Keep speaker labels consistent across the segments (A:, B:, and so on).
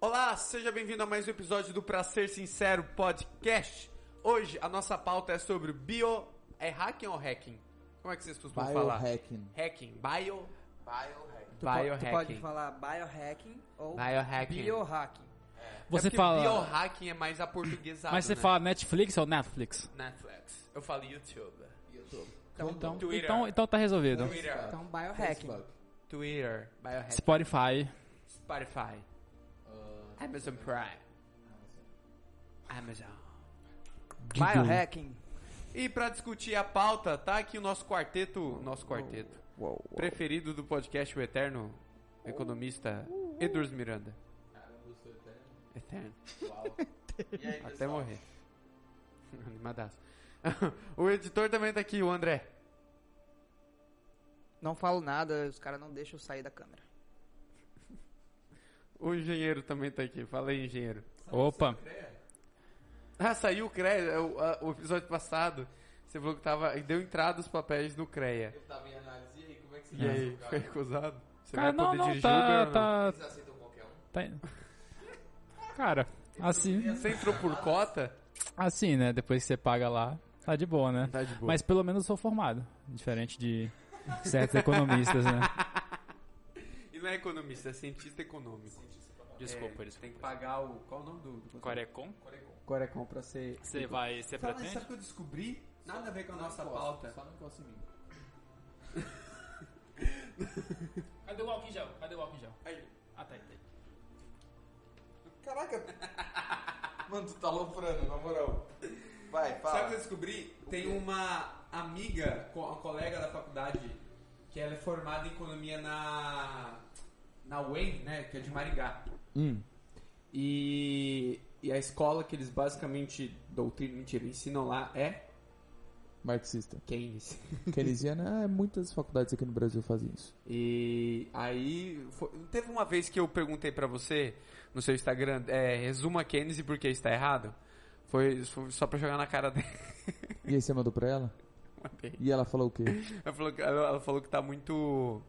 A: Olá, seja bem-vindo a mais um episódio do Pra Ser Sincero Podcast. Hoje a nossa pauta é sobre bio. É hacking ou hacking? Como é que vocês costumam falar?
B: Biohacking.
A: Hacking. Bio.
C: Biohack.
D: Tu, po- tu
A: Biohacking.
D: pode falar biohacking ou
A: Biohacking.
D: biohacking.
A: É
E: Você
A: porque
E: fala.
A: Biohacking é mais aportuguesado.
E: Mas você
A: né?
E: fala Netflix ou Netflix?
A: Netflix. Eu falo YouTube.
E: Então,
A: Twitter.
E: então, então tá resolvido.
A: Twitter.
D: Então, biohacking.
B: Facebook.
A: Twitter. Biohacking.
E: Spotify.
A: Spotify.
E: Ah,
A: Amazon Prime. Amazon.
D: Biohacking.
A: E pra discutir a pauta, tá aqui o nosso quarteto, nosso quarteto
D: Uou,
A: preferido do podcast, o eterno economista Edurs Miranda. Eterno.
C: E aí,
A: Até
C: pessoal?
A: morrer. Animadaço. o editor também tá aqui, o André.
D: Não falo nada, os caras não deixam eu sair da câmera.
A: O engenheiro também tá aqui. Fala aí, engenheiro.
E: Opa.
A: Ah, saiu o CREA, é o, a- o episódio passado. Você falou que tava, deu entrada os papéis no CREA.
C: Eu tava em análise, e aí, como é que você
A: E aí,
C: faz
A: foi recusado? Você
E: Cara,
A: vai
E: não,
A: poder
E: não,
A: dirigir
E: tá,
A: Uber ou não?
E: tá,
C: Eles aceitam qualquer um.
E: tá. Cara, assim,
A: Você entrou por cota?
E: assim, né? Depois que você paga lá, tá de boa, né?
A: Tá de boa.
E: Mas pelo menos eu sou formado. Diferente de certos economistas, né?
A: E não é economista, é cientista econômico.
E: Desculpa,
A: É, Tem que pagar o. Qual o nome do. do- é
E: Corecon?
B: Corecon pra ser.
E: Você vai. Você
A: Fala nisso, sabe o que eu descobri? Nada a ver com a nossa pauta.
B: Só não encosta em mim.
E: Cadê o álcool em gel? Cadê o álcool em gel?
A: Aí.
E: Ah, tá, aí.
C: Caraca! Mano, tu tá aloprando, na moral. Vai,
A: Sabe o
C: fala.
A: que eu descobri? Tem uma amiga, co- uma colega da faculdade, que ela é formada em economia na. na UEM, né? Que é de Maringá. E. E a escola que eles basicamente doutrinam, mentira, ensinam lá é
B: Marxista.
A: Keynes.
B: Keynesiana, ah, muitas faculdades aqui no Brasil fazem isso.
A: E aí, foi- teve uma vez que eu perguntei pra você no seu Instagram, é, resuma Keynes e por que está errado. Foi foi só pra jogar na cara dele.
B: E aí você mandou pra ela?
A: Mandei.
B: E ela falou o quê?
A: Ela falou, que- ela ela falou que tá muito.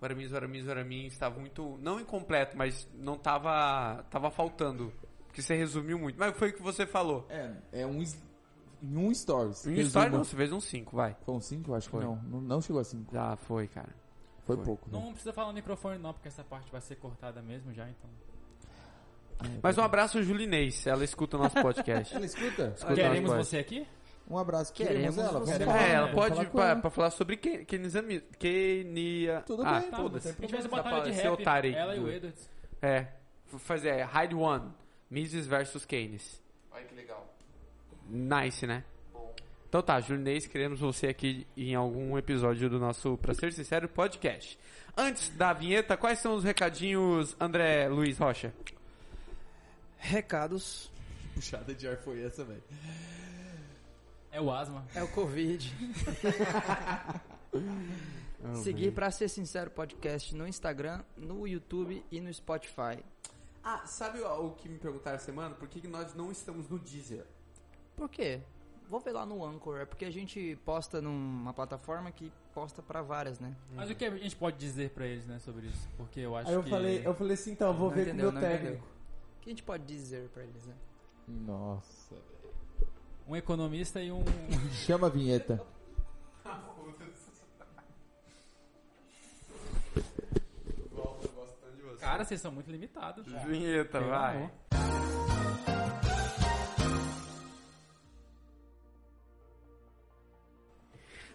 A: O Aramis, o Aramis, o Aramis tá muito. Não incompleto, mas não tava. Tava faltando. Porque você resumiu muito. Mas foi o que você falou.
B: É, é um. is- Em um stories.
A: Em
B: Resumo.
A: história não, você fez um 5, vai.
B: Foi um 5? Eu acho que
A: Foi.
B: não. não. Não chegou a 5.
A: Já foi, cara.
B: Foi,
A: Foi.
B: pouco. Né?
E: Não precisa falar no microfone, não, porque essa parte vai ser cortada mesmo já, então.
A: Mas um abraço, Julinês. Ela escuta o nosso podcast.
B: É. Ela escuta?
A: Escuta
E: Queremos
A: o nosso podcast.
E: você aqui?
B: Um abraço. Queremos,
D: Queremos
B: ela.
D: você.
B: Vamos falar.
A: É, ela
E: Vamos
A: pode
B: falar
A: ir
B: com
A: pra,
B: ela.
A: pra falar sobre Ke- Keynesianismo. Keynia.
B: Tudo
A: ah,
B: bem,
E: tá,
A: foda-se.
B: não
E: A gente faz uma
A: Essa
E: batalha de
A: palavra,
E: rap.
A: seu otário.
E: ela e o
A: Do-
E: Edwards.
A: É. F- Fazer é, Hide One. Mises versus Keynes.
C: Olha que legal.
A: Nice, né?
C: Bom.
A: Então tá, Julinês, queremos você aqui em algum episódio do nosso, pra ser sincero, podcast. Antes da vinheta, quais são os recadinhos, André Luiz Rocha?
D: Recados
B: Puxada de ar foi essa, velho.
E: É o asma.
D: é o Covid.
C: É
D: Seguir pra ser sincero podcast no Instagram, no YouTube e no Spotify.
A: Ah, sabe o, o que me perguntaram essa semana? Por que que nós não estamos no Deezer?
D: Por quê? Vou ver lá no Anchor, é porque a gente posta numa plataforma que posta pra várias, né?
E: Mas o que a gente pode dizer pra eles, né, sobre isso? Porque eu acho
B: Aí eu
E: que...
B: falei, eu falei assim, então, vou
D: Não
B: ver
D: entendeu,
B: com o
D: não
B: meu técnico.
D: entendeu. O que a gente pode dizer pra eles, né?
B: Nossa, velho.
E: Um economista e um...
B: Chama a vinheta.
E: Cara, vocês são muito limitados.
A: Vinheta,
E: Pelo
A: vai.
E: amor.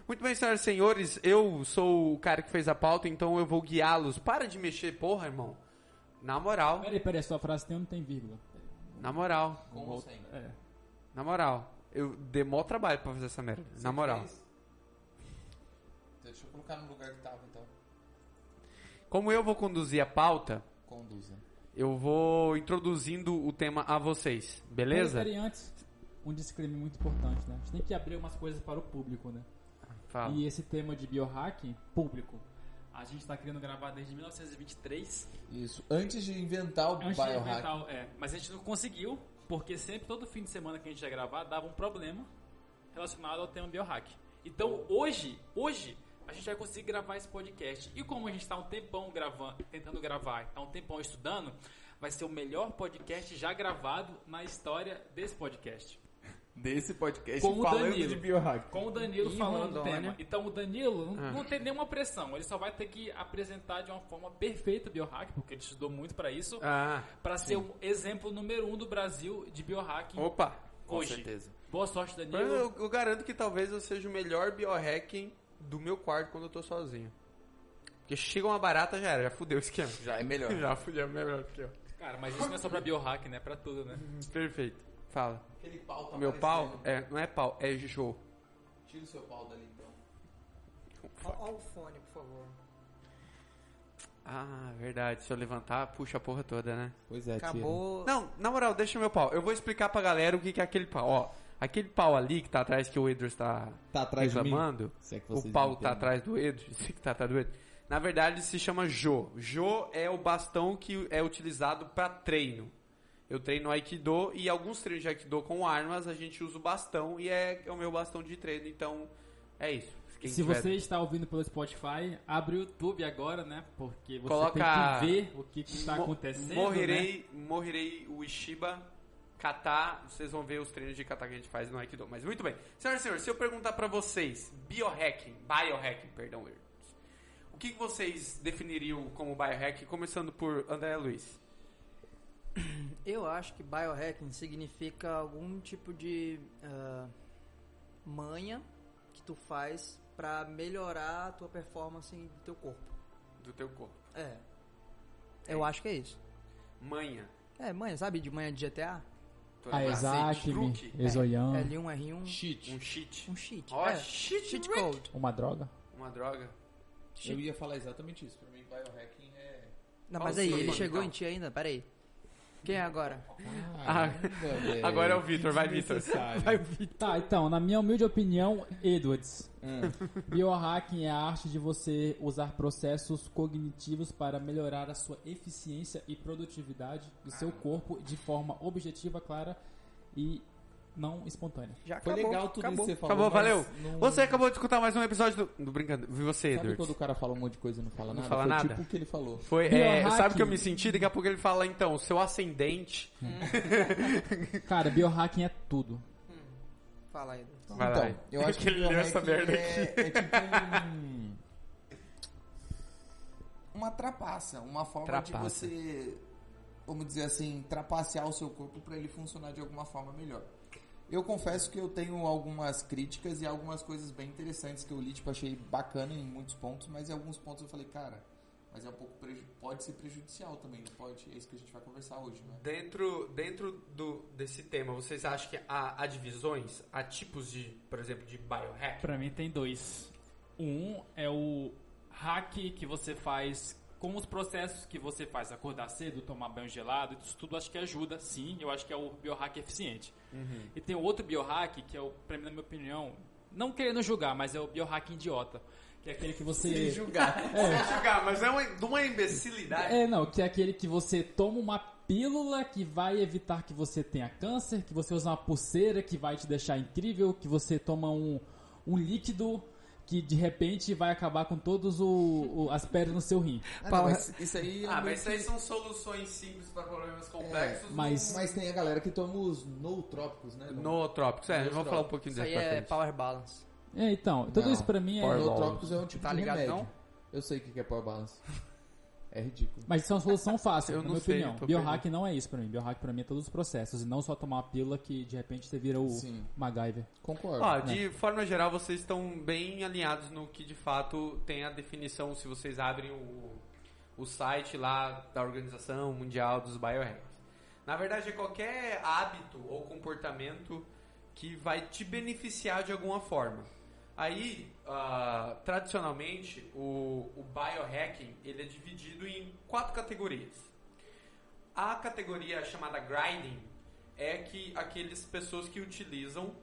A: Muito bem, senhoras e senhores, eu sou o cara que fez a pauta, então eu vou guiá-los. Para de mexer, porra, irmão. Na moral,
E: Peraí, peraí, sua frase tem ou não tem vírgula?
A: na moral,
C: Como ou sem?
E: É.
A: na moral. Eu dei mó trabalho pra fazer essa merda, na moral.
C: Deixa eu colocar no lugar que tava, então.
A: Como eu vou conduzir a pauta,
C: Conduza.
A: eu vou introduzindo o tema a vocês, beleza?
E: Peraí, antes, um disclaimer muito importante, né? A gente tem que abrir umas coisas para o público, né?
A: Fala.
E: E esse tema de biohacking, público, a gente tá querendo gravar desde 1923.
B: Isso. Antes de inventar o
E: Antes de
B: biohack.
E: inventar o- é, mas a gente não conseguiu, porque sempre, todo fim de semana que a gente ia gravar, dava um problema relacionado ao tema biohack. Então hoje, hoje, a gente vai conseguir gravar esse podcast. E como a gente está um tá tempão gravando, tentando gravar, tá um tempão estudando, vai ser o melhor podcast já gravado na história desse podcast.
C: Desse podcast
E: Com o
C: falando
E: Danilo.
C: de biohack.
E: Com o Danilo
D: Em
E: falando do
D: Rondônia.
E: tema. Então o Danilo
C: Ah.
E: não, não tem nenhuma pressão, ele só vai ter que apresentar de uma forma perfeita o biohack, porque ele estudou muito pra isso,
C: É,
A: Ah,
E: pra ser o exemplo número um do Brasil de biohacking
A: opa.
C: Com
E: hoje.
C: certeza.
E: Boa sorte,
A: Mas
E: Danilo.
A: Eu, eu garanto que talvez eu seja o melhor biohacking do meu quarto quando eu tô sozinho. Porque chega uma barata, já era, já fudeu o esquema.
C: Já é melhor.
A: Já fudeu, é melhor do que eu.
E: Cara, mas isso não é só pra biohack, né? Pra tudo, né?
A: Perfeito. Fala.
C: Aquele pau tá
A: O meu pau
C: aparecendo.
A: é, não é pau, é show.
C: Tira o seu pau dali então.
D: Olha o fone, por favor.
A: Ah, verdade. Se eu levantar, puxa a porra toda, né?
B: Pois é,
D: Acabou.
A: Não, na moral, deixa o meu pau. Eu vou explicar pra galera o que, que é aquele pau. Ó, aquele pau ali que tá atrás que o Edros tá,
B: Tá atrás de mim?
A: reclamando.
B: Se é que
A: o
B: vocês
A: pau
B: entendem.
A: tá atrás do Edros, esse que tá atrás do Edros. Na verdade, se chama Jo. Jo é o bastão que é utilizado pra treino. Eu treino Aikido e alguns treinos de Aikido com armas, a gente usa o bastão e é, é o meu bastão de treino, então é isso. Quem
E: Se
A: tiver-
E: você está ouvindo pelo Spotify, abre o YouTube agora, né? Porque você
A: Coloca-
E: tem que ver o que que está
A: Mo-
E: acontecendo. né?
A: Morrerei, morrerei o Ishiba, kata, vocês vão ver os treinos de kata que a gente faz no Aikido. Mas muito bem. Senhoras e senhores, se eu perguntar pra vocês, biohacking, biohacking, perdão, erros. o que que vocês definiriam como biohacking, começando por André Luiz?
D: Eu acho que biohacking significa algum tipo de ah, manha que tu faz pra melhorar a tua performance do teu corpo.
A: Do teu corpo.
D: É. Eu acho que é isso.
A: Manha.
D: É, manha, sabe? De manha de GTA?
A: Tu
F: A
A: lembra?
F: Exact,
A: Assim, truque.
E: É.
A: É,
F: Exoyan,
D: L1, R1,
C: Cheat.
A: Um cheat.
D: um cheat.
A: Ó,
D: é.
A: cheat,
D: Cheat
A: Rick.
D: code.
F: uma droga.
A: Uma droga.
C: Eu ia falar exatamente isso. Pra mim, biohacking é.
D: Não,
A: Qual
D: mas
A: o
D: aí,
A: seu
D: ele
A: nome,
D: chegou
A: então?
D: em ti ainda? Pera aí. Quem é agora?
A: Ah, Agora é o Vitor, vai Vitor.
C: Vitor.
F: Tá, então, na minha humilde opinião, Edwards.
B: Ah,
F: Biohacking é a arte de você usar processos cognitivos para melhorar a sua eficiência e produtividade do seu corpo de forma objetiva, clara e não espontânea.
D: Já
B: Foi
D: acabou.
B: legal tudo
D: acabou.
B: isso que você falou.
A: Acabou,
B: mas
A: valeu.
B: não-
A: Você acabou de escutar mais um episódio do... do brincando, vi você,
B: Sabe
A: Edward.
B: quando o cara fala um monte de coisa e não fala
A: Não
B: nada?
A: fala
B: Foi
A: nada.
B: tipo o que ele falou.
A: Foi, é,
F: Biohacking.
A: sabe o que eu me senti? Daqui a pouco ele fala, então, seu ascendente.
F: Cara, biohacking é tudo.
D: Fala aí.
A: Vai lá.
B: então,
A: aí.
B: eu acho que,
A: ele leu essa
B: biohacking
A: merda
B: é,
A: aqui.
B: é tipo um...
C: Uma trapaça. Uma forma de
A: Trapaça.
C: você. Vamos dizer assim, trapacear o seu corpo pra ele funcionar de alguma forma melhor. Eu confesso que eu tenho algumas críticas e algumas coisas bem interessantes que eu li, tipo, achei bacana em muitos pontos, mas em alguns pontos eu falei, cara, mas é um pouco preju- pode ser prejudicial também, não pode? É isso que a gente vai conversar hoje, né?
A: Dentro, dentro do, desse tema, vocês acham que há, há divisões? Há tipos de, por exemplo, de biohack?
E: Pra mim tem dois. Um é o hack que você faz com os processos que você faz, acordar cedo, tomar banho gelado, isso tudo acho que ajuda, sim, eu acho que é o biohack eficiente. E tem outro biohack que é o, pra mim, na minha opinião, não querendo julgar, mas é o biohack idiota, que é aquele que você
C: Julgar.
A: Julgar, mas é uma, de uma imbecilidade.
F: É, não, que é aquele que você toma uma pílula que vai evitar que você tenha câncer, que você usa uma pulseira que vai te deixar incrível, que você toma um, um líquido que de repente vai acabar com todas as pedras no seu rim.
C: Ah, não,
D: Pau-
C: mas isso aí é
A: Ah,
C: meio
A: mas isso aí são soluções simples para problemas complexos.
F: Mas
B: Mas tem a galera que toma os nootrópicos, né?
A: Nootrópicos, é, eu vou falar um pouquinho
D: Isso
A: disso
D: aí
A: pra
D: é
A: frente.
D: power balance.
F: é, então, tudo
B: Não,
F: isso pra mim é.
A: Power-
B: Nootrópicos é um tipo
D: Tá
B: de
D: ligado,
B: remédio.
D: não?
B: Eu sei o que que é power balance. É ridículo.
F: Mas isso é uma solução fácil,
A: Eu
F: na
A: não
F: minha
A: sei,
F: opinião.
A: tô
F: Biohack não é isso pra mim. Biohack pra mim é todos os processos, e não só tomar uma pílula que de repente você vira o
B: Sim.
F: MacGyver. Né?
B: Concordo.
A: Ó, Ah,
E: né?
A: de forma geral, vocês estão bem alinhados no que de fato tem a definição, se vocês abrem o, o site lá da Organização Mundial dos Biohacks. Na verdade, é qualquer hábito ou comportamento que vai te beneficiar de alguma forma. Aí, ah, tradicionalmente, o, o biohacking ele é dividido em quatro categorias. A categoria chamada grinding é que aqueles pessoas que utilizam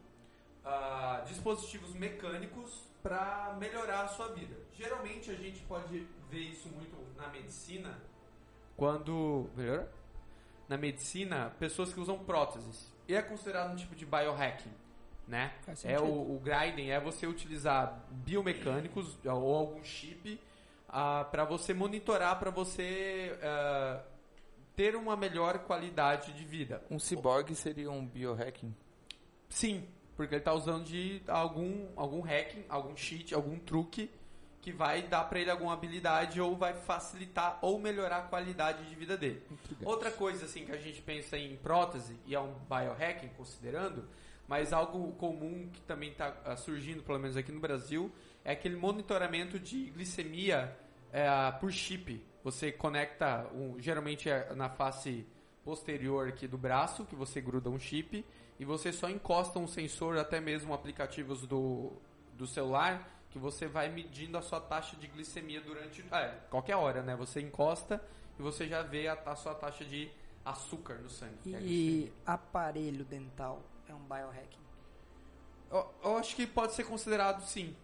A: ah, dispositivos mecânicos para melhorar a sua vida. Geralmente a gente pode ver isso muito na medicina. Quando. Melhor? Na medicina, pessoas que usam próteses. E é considerado um tipo de biohacking, né?
D: Faz
A: É o,
D: sentido.
A: o grinding é você utilizar biomecânicos ou algum chip para você monitorar, para você ah, ter uma melhor qualidade de vida.
C: Um ciborgue seria um biohacking?
A: Sim, porque ele tá usando de algum, algum hacking, algum cheat, algum truque que vai dar pra ele alguma habilidade ou vai facilitar ou melhorar a qualidade de vida dele. Outra coisa assim que a gente pensa em prótese e é um biohacking considerando, mas algo comum que também está surgindo pelo menos aqui no Brasil é aquele monitoramento de glicemia eh, por chip. Você conecta um, geralmente é na face posterior aqui do braço que você gruda um chip e você só encosta um sensor até mesmo aplicativos do, do celular que você vai medindo a sua taxa de glicemia durante ah, é, qualquer hora, né? Você encosta e você já vê a, a sua taxa de açúcar no sangue. que é a glicemia.
D: E aparelho dental é um biohacking.
A: Eu, eu acho que pode ser considerado sim.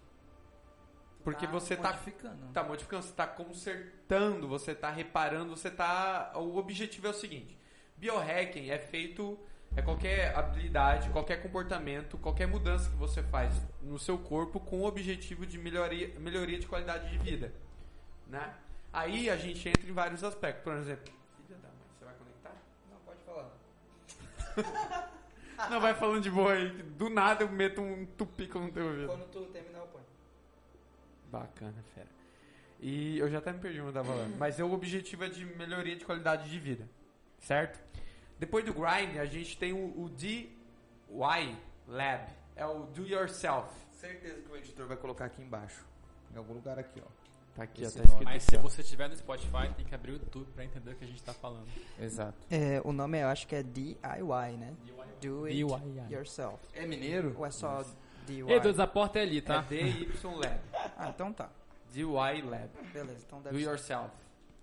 A: Porque
D: Tá
A: você está
D: modificando.
A: tá modificando, você tá consertando, você tá reparando, você tá. O objetivo é o seguinte: biohacking é feito. É qualquer habilidade, qualquer comportamento, qualquer mudança que você faz no seu corpo com o objetivo de melhoria, melhoria de qualidade de vida. Né? Aí a gente entra em vários aspectos. Por exemplo, filha da mãe, você vai conectar?
D: Não, pode falar.
A: Não vai falando de boa aí, que do nada eu meto um tupico no teu ouvido.
D: Quando tu terminar o põe.
A: Bacana, fera. E eu já até me perdi onde eu tava falando. Mas o objetivo é de melhoria de qualidade de vida. Certo? Depois do grind, a gente tem o, o DY Lab. É o Do Yourself.
C: Certeza que o editor vai colocar aqui embaixo. Em algum lugar aqui, ó.
A: Tá aqui
C: Esse
A: até escrito.
C: nome.
E: Mas se você tiver no Spotify, tem que abrir o YouTube pra entender o que a gente tá falando.
C: Exato.
D: É, o nome eu acho que é DIY, né? Do it
F: DIY.
D: yourself.
C: É mineiro?
D: Ou é só DIY?
E: Edu, a porta é ali,
A: Tá.
E: tá?
A: DY Lab.
D: Ah, então tá.
A: DY Lab.
D: Beleza, então
A: Do
D: deve ser
A: Yourself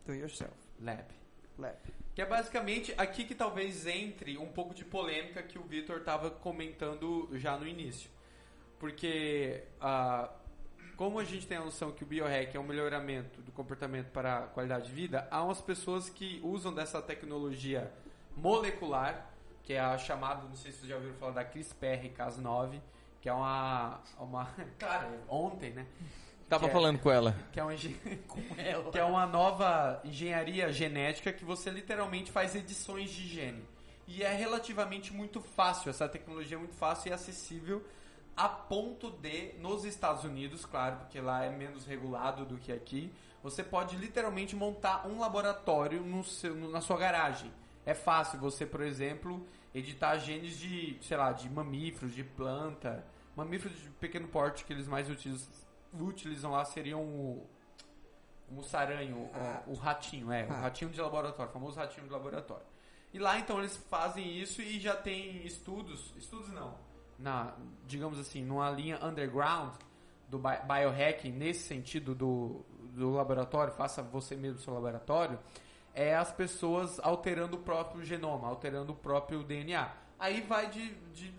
D: Do yourself.
A: Lab.
D: Lab.
A: Que é basicamente aqui que talvez entre um pouco de polêmica que o Vitor estava comentando já no início. Porque, ah, como a gente tem a noção que o biohack é um melhoramento do comportamento para a qualidade de vida, há umas pessoas que usam dessa tecnologia molecular, que é a chamada, não sei se vocês já ouviram falar da CRISPR-Cas9, que é uma. uma cara, ontem, né?
C: Tava
A: Que é-
C: falando com ela.
A: que é uma, engen- que é uma nova engenharia genética que você literalmente faz edições de gene. E é relativamente muito fácil, essa tecnologia é muito fácil e acessível a ponto de, nos Estados Unidos, claro, porque lá é menos regulado do que aqui, você pode literalmente montar um laboratório no seu- no- na sua garagem. É fácil você, por exemplo, editar genes de, sei lá, de mamíferos, de planta. Mamíferos de pequeno porte que eles mais utilizam, utilizam lá seriam o, o mussaranho, o, o ratinho, é, o ratinho de laboratório, o famoso ratinho de laboratório. E lá então eles fazem isso e já tem estudos, estudos não, na, digamos assim, numa linha underground do bi- biohacking, nesse sentido do, do laboratório, faça você mesmo seu laboratório, é as pessoas alterando o próprio genoma, alterando o próprio DNA. Aí vai de, de,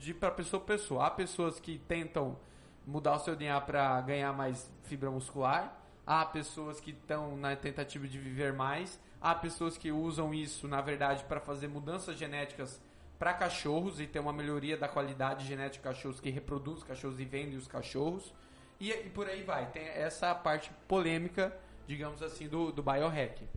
A: de para pessoa pra pessoa. Há pessoas que tentam mudar o seu DNA para ganhar mais fibra muscular, há pessoas que estão na tentativa de viver mais, há pessoas que usam isso, na verdade, para fazer mudanças genéticas para cachorros e ter uma melhoria da qualidade genética de cachorros que reproduz os cachorros e vendem os cachorros. E, e por aí vai. Tem essa parte polêmica, digamos assim, do, do biohacking.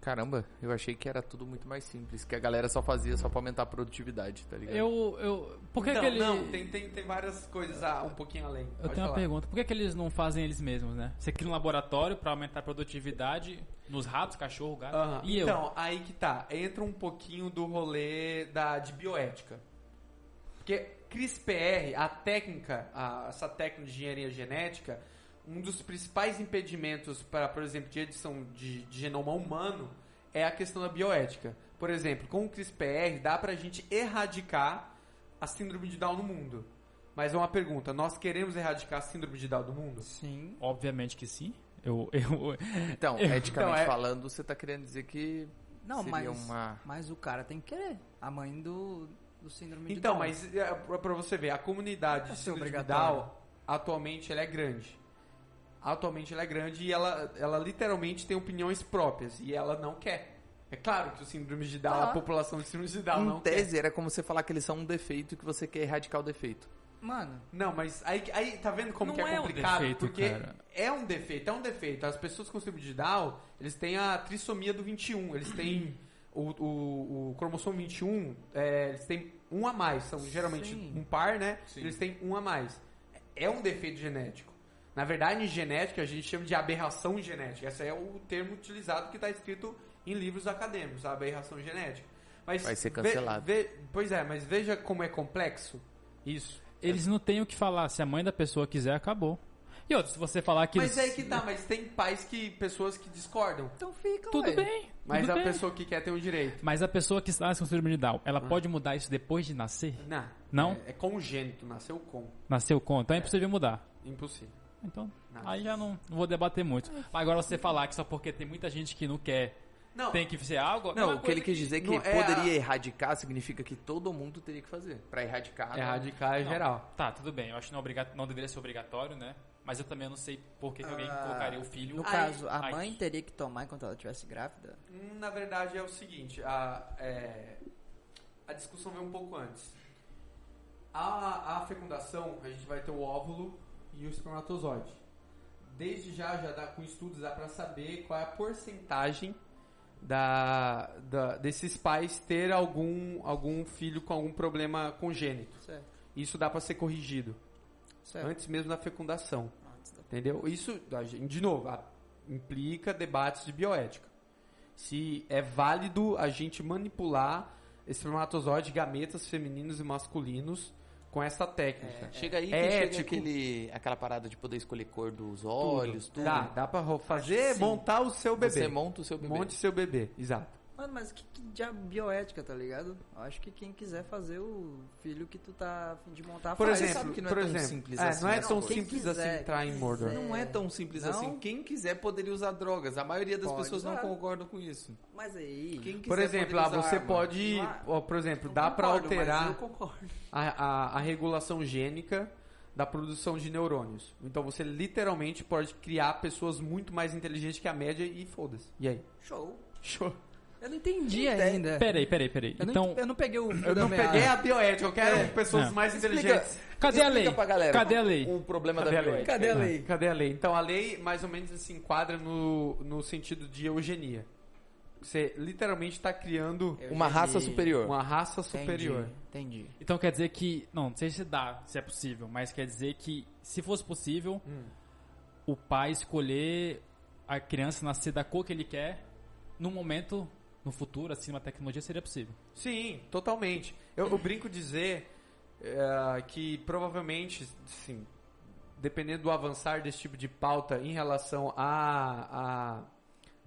C: Caramba, eu achei que era tudo muito mais simples, que a galera só fazia só pra aumentar a produtividade, tá ligado?
E: Eu, eu... Por que
A: não,
E: que ele...
A: Então, não, tem, tem, tem várias coisas ah, um pouquinho além.
E: Eu tenho uma pergunta. Por que, que eles não fazem eles mesmos, né? Você cria um laboratório pra aumentar a produtividade nos ratos, cachorro, gato. E eu?
A: Então, aí que tá. Entra um pouquinho do rolê da, de bioética. Porque CRISPR, a técnica, a- essa técnica de engenharia genética, um dos principais impedimentos para, por exemplo, de edição de, de genoma humano é a questão da bioética. Por exemplo, com o CRISPR dá pra gente erradicar a síndrome de Down no mundo. Mas é uma pergunta, nós queremos erradicar a síndrome de Down do mundo?
D: Sim.
E: Obviamente que sim. Eu, eu,
C: Então,
E: Eu-
C: eticamente
A: Então, é-
C: falando, você tá querendo dizer que
D: Não,
C: seria
D: mas,
C: uma...
D: mas o cara tem que querer. A mãe do, do síndrome de
A: Então,
D: Down.
A: mas é, pra pra você ver, a comunidade
D: Vai
A: de
D: ser
A: síndrome de
D: obrigatório.
A: Down, atualmente ela é grande. Atualmente ela é grande e ela, ela literalmente tem opiniões próprias e ela não quer. É claro que o síndrome de Down,
D: Tá.
A: a população de síndrome de Down
C: em
A: não quer.
C: tese, era como você falar que eles são um defeito e que você quer erradicar o defeito.
D: Mano,
A: Não, mas aí, aí tá vendo como
E: Não
A: que é,
E: é um
A: complicado?
E: defeito,
A: porque
E: cara.
A: é um defeito, é um defeito. As pessoas com síndrome de Down, eles têm a trissomia do 21, eles têm o, o, o cromossomo 21, é, eles têm um a mais, são geralmente
D: Sim.
A: um par, né?
C: Sim.
A: Eles têm um a mais. É um defeito genético. Na verdade, em genética, a gente chama de aberração genética. Esse é o termo utilizado que está escrito em livros acadêmicos, a aberração genética. Mas
G: Vai ser
A: ve-
G: cancelado.
A: ve- pois é, mas veja como é complexo isso.
E: Eles não têm o que falar. Se a mãe da pessoa quiser, acabou. E outra, se você falar que. né?
A: Mas é aí que tá, mas tem pais que. pessoas que discordam.
D: Então fica,
E: Tudo
D: ué.
E: bem.
A: Mas
E: tudo
A: a
E: bem.
A: pessoa que quer tem o direito.
E: Mas a pessoa que nasce com síndrome de Down, ela
A: Ah.
E: pode mudar isso depois de nascer?
A: Não.
E: Não?
A: É, é congênito, nasceu com.
E: Nasceu com? Então é impossível mudar.
A: Impossível.
E: Então,
A: Não.
E: aí já não, não vou debater muito. Agora você falar que só porque tem muita gente que não quer,
A: Não,
E: tem que ser algo. é
G: Não,
E: uma
G: o que ele
E: coisa
G: quis dizer que
A: não é
G: poderia
A: a-
G: erradicar significa que todo mundo teria que fazer. Pra erradicar.
A: erradicar é
E: Não.
A: geral.
E: Tá, tudo bem. Eu acho que não, é obriga- não deveria ser obrigatório, né? Mas eu também não sei por que, que alguém
D: Ah,
E: colocaria o filho.
D: No
E: Ai,
D: caso, a
E: ai.
D: mãe teria que tomar enquanto ela estivesse grávida?
A: Hum, Na verdade é o seguinte, a, é, a discussão veio um pouco antes. A, a fecundação, a gente vai ter o óvulo e o espermatozoide. Desde já, já dá, com estudos dá pra saber qual é a porcentagem da, da- desses pais ter algum, algum filho com algum problema congênito.
D: Certo,
A: Isso dá pra ser corrigido,
D: certo.
A: antes mesmo da fecundação.
D: é Antes da-
A: Entendeu? Isso, a gen- de novo, a- implica debates de bioética. Se é válido a gente manipular espermatozoide, gametas femininos e masculinos com essa técnica.
G: Chega aí que
A: É
G: chega
A: ético.
G: aquele, aquela parada de poder escolher cor dos olhos, tudo.
A: Dá, dá pra ro- fazer, montar o seu Tá. bebê.
G: Você monta o seu bebê.
A: Monte seu bebê, exato.
D: Mano, mas que, que diabo bioética, tá ligado? Eu acho que quem quiser fazer o filho que tu tá a fim de montar,
A: Por
D: faz.
A: exemplo,
G: sabe que não é
A: por
G: tão
A: exemplo,
G: simples
A: é,
G: assim
A: não é
G: as
A: tão
G: coisas.
A: simples
D: Quem quiser,
A: assim entrar em
D: quem
A: Mordor.
D: quiser.
G: Não é tão simples
D: Não?
G: assim. Quem quiser poderia usar drogas. A maioria das
D: Pode
G: pessoas não
D: usar.
G: concordam com isso.
D: Mas aí...
G: Quem quiser
A: Por exemplo, ah,
G: poderia usar
A: você
G: arma.
A: pode,
D: Não há-
A: ó, por exemplo,
D: Não
A: dá pra
D: concordo, mas
A: alterar
D: eu concordo.
A: a, a- a regulação gênica da produção de neurônios. Então você literalmente pode criar pessoas muito mais inteligentes que a média e foda-se. E aí?
D: Show.
A: Show.
D: Eu não entendi
F: É.
D: ainda.
E: Peraí, peraí, peraí.
D: Eu,
E: Então,
D: não, eu não peguei o...
A: Eu não peguei a bioética, eu quero pessoas
E: É.
A: mais
G: Explica-
A: inteligentes.
E: cadê a lei?
G: Explica pra
F: né?
G: galera
E: Cadê a lei?
G: O problema
A: Cadê
G: da
A: a lei?
G: bioética.
D: Cadê a lei?
A: Cadê a lei? Então a lei mais ou menos se enquadra no, no sentido de eugenia. Você literalmente está criando
G: Uma raça superior.
A: uma raça superior.
D: Entendi.
E: Então quer dizer que. Não, não sei se dá, se é possível, mas quer dizer que se fosse possível,
A: Hum.
E: o pai escolher a criança nascer da cor que ele quer, no momento, no futuro, assim, uma tecnologia seria possível.
A: Sim, totalmente. Eu, eu brinco dizer eh, que provavelmente, sim, dependendo do avançar desse tipo de pauta em relação à, à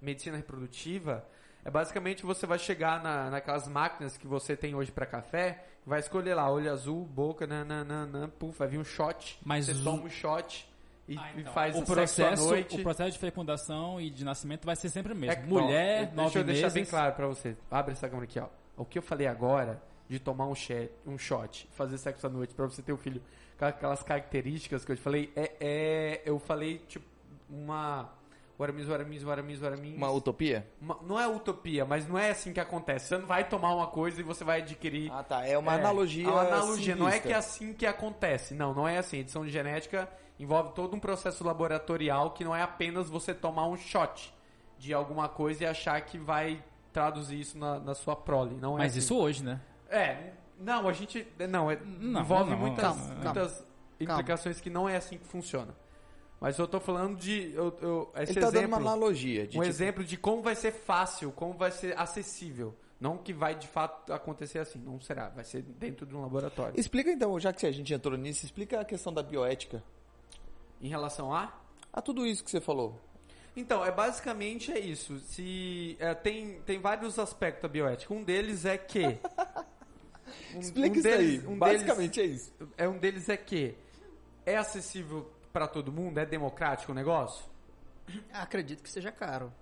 A: medicina reprodutiva, é basicamente você vai chegar na, naquelas máquinas que você tem hoje para café, vai escolher lá olho azul, boca, nananana, puf, vai vir um shot,
E: Mas
A: você
E: o-
A: toma um shot e,
E: Ah,
A: e
E: então,
A: faz
E: o
A: sexo à
E: processo,
A: noite.
E: o processo de fecundação e de nascimento vai ser sempre o mesmo.
A: É que,
E: Mulher,
A: ó, deixa
E: nove
A: eu deixar
E: meses.
A: bem claro pra você. Abre essa câmera aqui, ó. O que eu falei agora de tomar um, che- um shot, fazer sexo à noite pra você ter um filho com aquelas características que eu te falei, é, é- eu falei tipo uma Guaramis, Guaramis, Guaramis, Guaramis.
G: Uma utopia?
A: Uma- não é utopia, mas não é assim que acontece. Você não vai tomar uma coisa e você vai adquirir
G: Ah, tá. É uma
A: é,
G: analogia.
A: é uma analogia, não é
G: simplista.
A: que é assim que acontece. Não, não é assim. Edição de genética envolve todo um processo laboratorial que não é apenas você tomar um shot de alguma coisa e achar que vai traduzir isso na, na sua prole. Não é
E: Mas
A: assim.
E: isso hoje, né?
A: É, não, a gente. Não, é,
E: Não,
A: envolve
E: não,
A: muitas,
E: calma,
A: muitas implicações que não é assim que funciona. Mas eu tô falando de. Eu, eu- esse
G: Ele tá dando
A: exemplo,
G: uma analogia. De
A: um
G: tipo,
A: exemplo de como vai ser fácil, como vai ser acessível. Não que vai de fato acontecer assim, não será. Vai ser dentro de um laboratório.
G: Explica então, já que a gente entrou nisso, explica a questão da bioética.
A: Em relação a?
G: A tudo isso que você falou.
A: Então, é basicamente é isso. Se é, tem, tem vários aspectos da bioética. Um deles é que um,
G: Explica
A: um
G: isso
A: deles-
G: aí.
A: um
G: Basicamente é isso.
A: deles, é um deles é que é acessível pra todo mundo, é democrático o negócio.
D: Acredito que seja caro.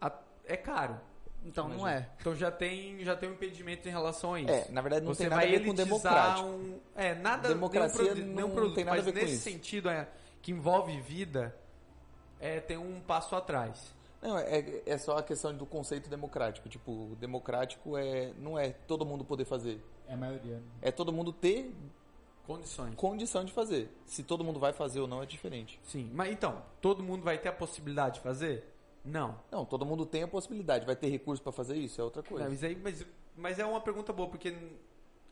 A: A- é caro.
D: Então não é.
A: Então já tem já tem um impedimento em relação a isso. né?
G: É, na verdade não
A: Você
G: tem nada a
A: vai
G: ver com
A: elitizar
G: democrático.
A: um, é nada
G: Democracia
A: nenhum produ-
G: não
A: nenhum produto,
G: tem nada
A: mas
G: a ver com
A: nesse
G: isso.
A: sentido é, que envolve vida, é, tem um passo atrás.
G: Não, é, é só a questão do conceito democrático. Tipo, democrático é não é todo mundo poder fazer.
F: É a maioria. né?
G: É todo mundo ter
A: Condições.
G: condição de fazer. Se todo mundo vai fazer ou não é diferente.
A: Sim, mas então, todo mundo vai ter a possibilidade de fazer? Não.
B: Não, todo mundo tem a possibilidade. Vai ter recurso pra fazer isso? É outra coisa.
A: Não, mas, aí, mas, mas é uma pergunta boa, porque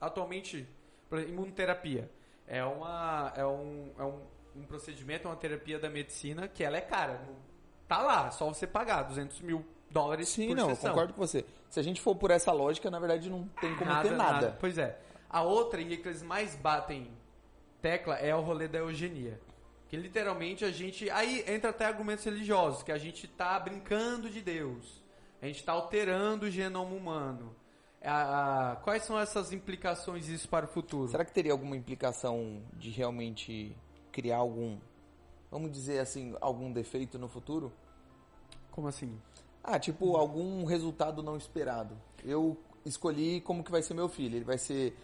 A: atualmente, por exemplo, imunoterapia é, uma, é, um, é um, um procedimento, uma terapia da medicina que ela é cara. Não- Tá lá, é só você pagar 200 mil dólares
B: Sim,
A: por
B: não, eu
A: sessão.
B: concordo com você. Se a gente for por essa lógica, na verdade não tem como ter nada.
A: Pois é. A outra, e que eles mais batem tecla, é o rolê da eugenia. Que literalmente a gente. Aí entra até argumentos religiosos, que a gente tá brincando de Deus. A gente tá alterando o genoma humano. A- a- quais são essas implicações disso para o futuro?
B: Será que teria alguma implicação de realmente criar algum, vamos dizer assim, algum defeito no futuro?
A: Como assim?
B: Ah, tipo, algum resultado não esperado. Eu escolhi como que vai ser meu filho. Ele vai ser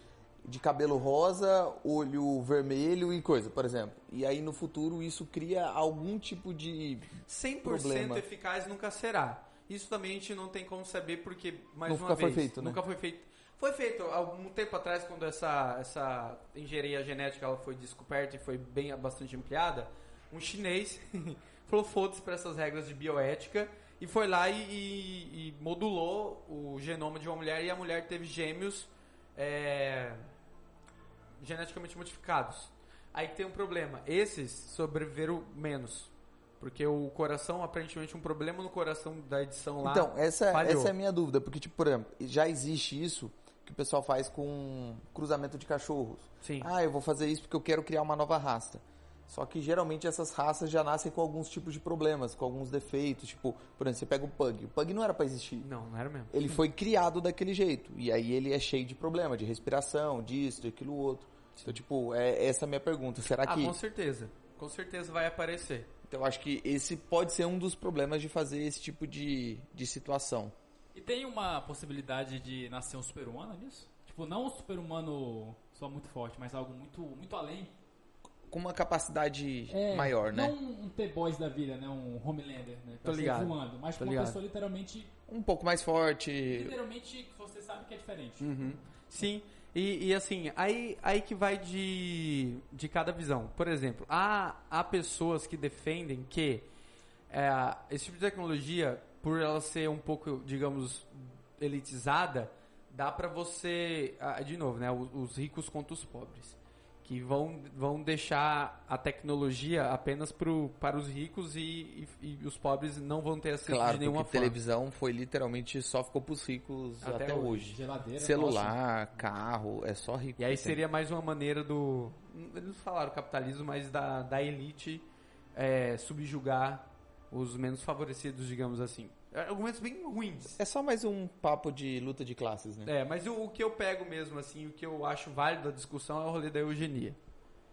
B: de cabelo rosa, olho vermelho e coisa, por exemplo. E aí no futuro isso cria algum tipo de.
A: 100%
B: Problema.
A: eficaz nunca será. Isso também a gente não tem como saber porque, mais
B: Nunca
A: uma
B: foi
A: vez,
B: feito, né?
A: nunca foi feito. Foi feito há algum tempo atrás, quando essa, essa engenharia genética ela foi descoberta e foi bem, bastante ampliada, um chinês falou foda-se para essas regras de bioética e foi lá e, e- e modulou o genoma de uma mulher e a mulher teve gêmeos é, geneticamente modificados. Aí que tem um problema. Esses sobreviveram menos. Porque o coração, aparentemente, um problema no coração da edição lá.
B: Então, essa,
A: falhou.
B: essa é a minha dúvida, porque, tipo, por exemplo, já existe isso que o pessoal faz com cruzamento de cachorros.
A: Sim.
B: Ah, eu vou fazer isso porque eu quero criar uma nova raça. Só que geralmente essas raças já nascem com alguns tipos de problemas, com alguns defeitos. Tipo, por exemplo, você pega o Pug. O Pug não era pra existir.
A: Não, não era mesmo.
B: Ele foi criado daquele jeito. E aí ele é cheio de problema, de respiração, disso, daquilo outro. Então, tipo, é essa é a minha pergunta. Será
A: Ah,
B: que.
A: com certeza. Com certeza vai aparecer.
B: Então, eu acho que esse pode ser um dos problemas de fazer esse tipo de, de situação.
H: E tem uma possibilidade de nascer um super-humano nisso? Tipo, não um super-humano só muito forte, mas algo muito, muito além.
B: Com uma capacidade
E: É,
B: maior, né?
E: Não um T-Boys da vida, né? Um Homelander, né?
A: Tô ligado.
E: Voando, mas
A: Tô
E: com uma
A: ligado.
E: pessoa literalmente...
B: Um pouco mais forte.
E: Literalmente, que você sabe que é diferente.
A: Sim, e, e assim, aí, aí que vai de, de cada visão. Por exemplo, há, há pessoas que defendem que é, esse tipo de tecnologia, por ela ser um pouco, digamos, elitizada, dá pra você, ah, de novo, né, os, os ricos contra os pobres. Que vão, vão deixar a tecnologia apenas pro, para os ricos e, e- e os pobres não vão ter acesso
B: Claro,
A: de nenhuma
B: porque
A: forma.
B: televisão foi literalmente só ficou pros ricos
A: Até
B: até,
A: hoje.
B: hoje.
E: Geladeira,
B: Celular, carro, é só rico.
A: E aí
B: que tem.
A: seria mais uma maneira do. Eles não falaram capitalismo, mas da, da elite é, subjugar os menos favorecidos, digamos assim. É, Argumentos bem ruins.
B: É só mais um papo de luta de classes, né?
A: É, mas o, o que eu pego mesmo, assim, o que eu acho válido da discussão é o rolê da eugenia.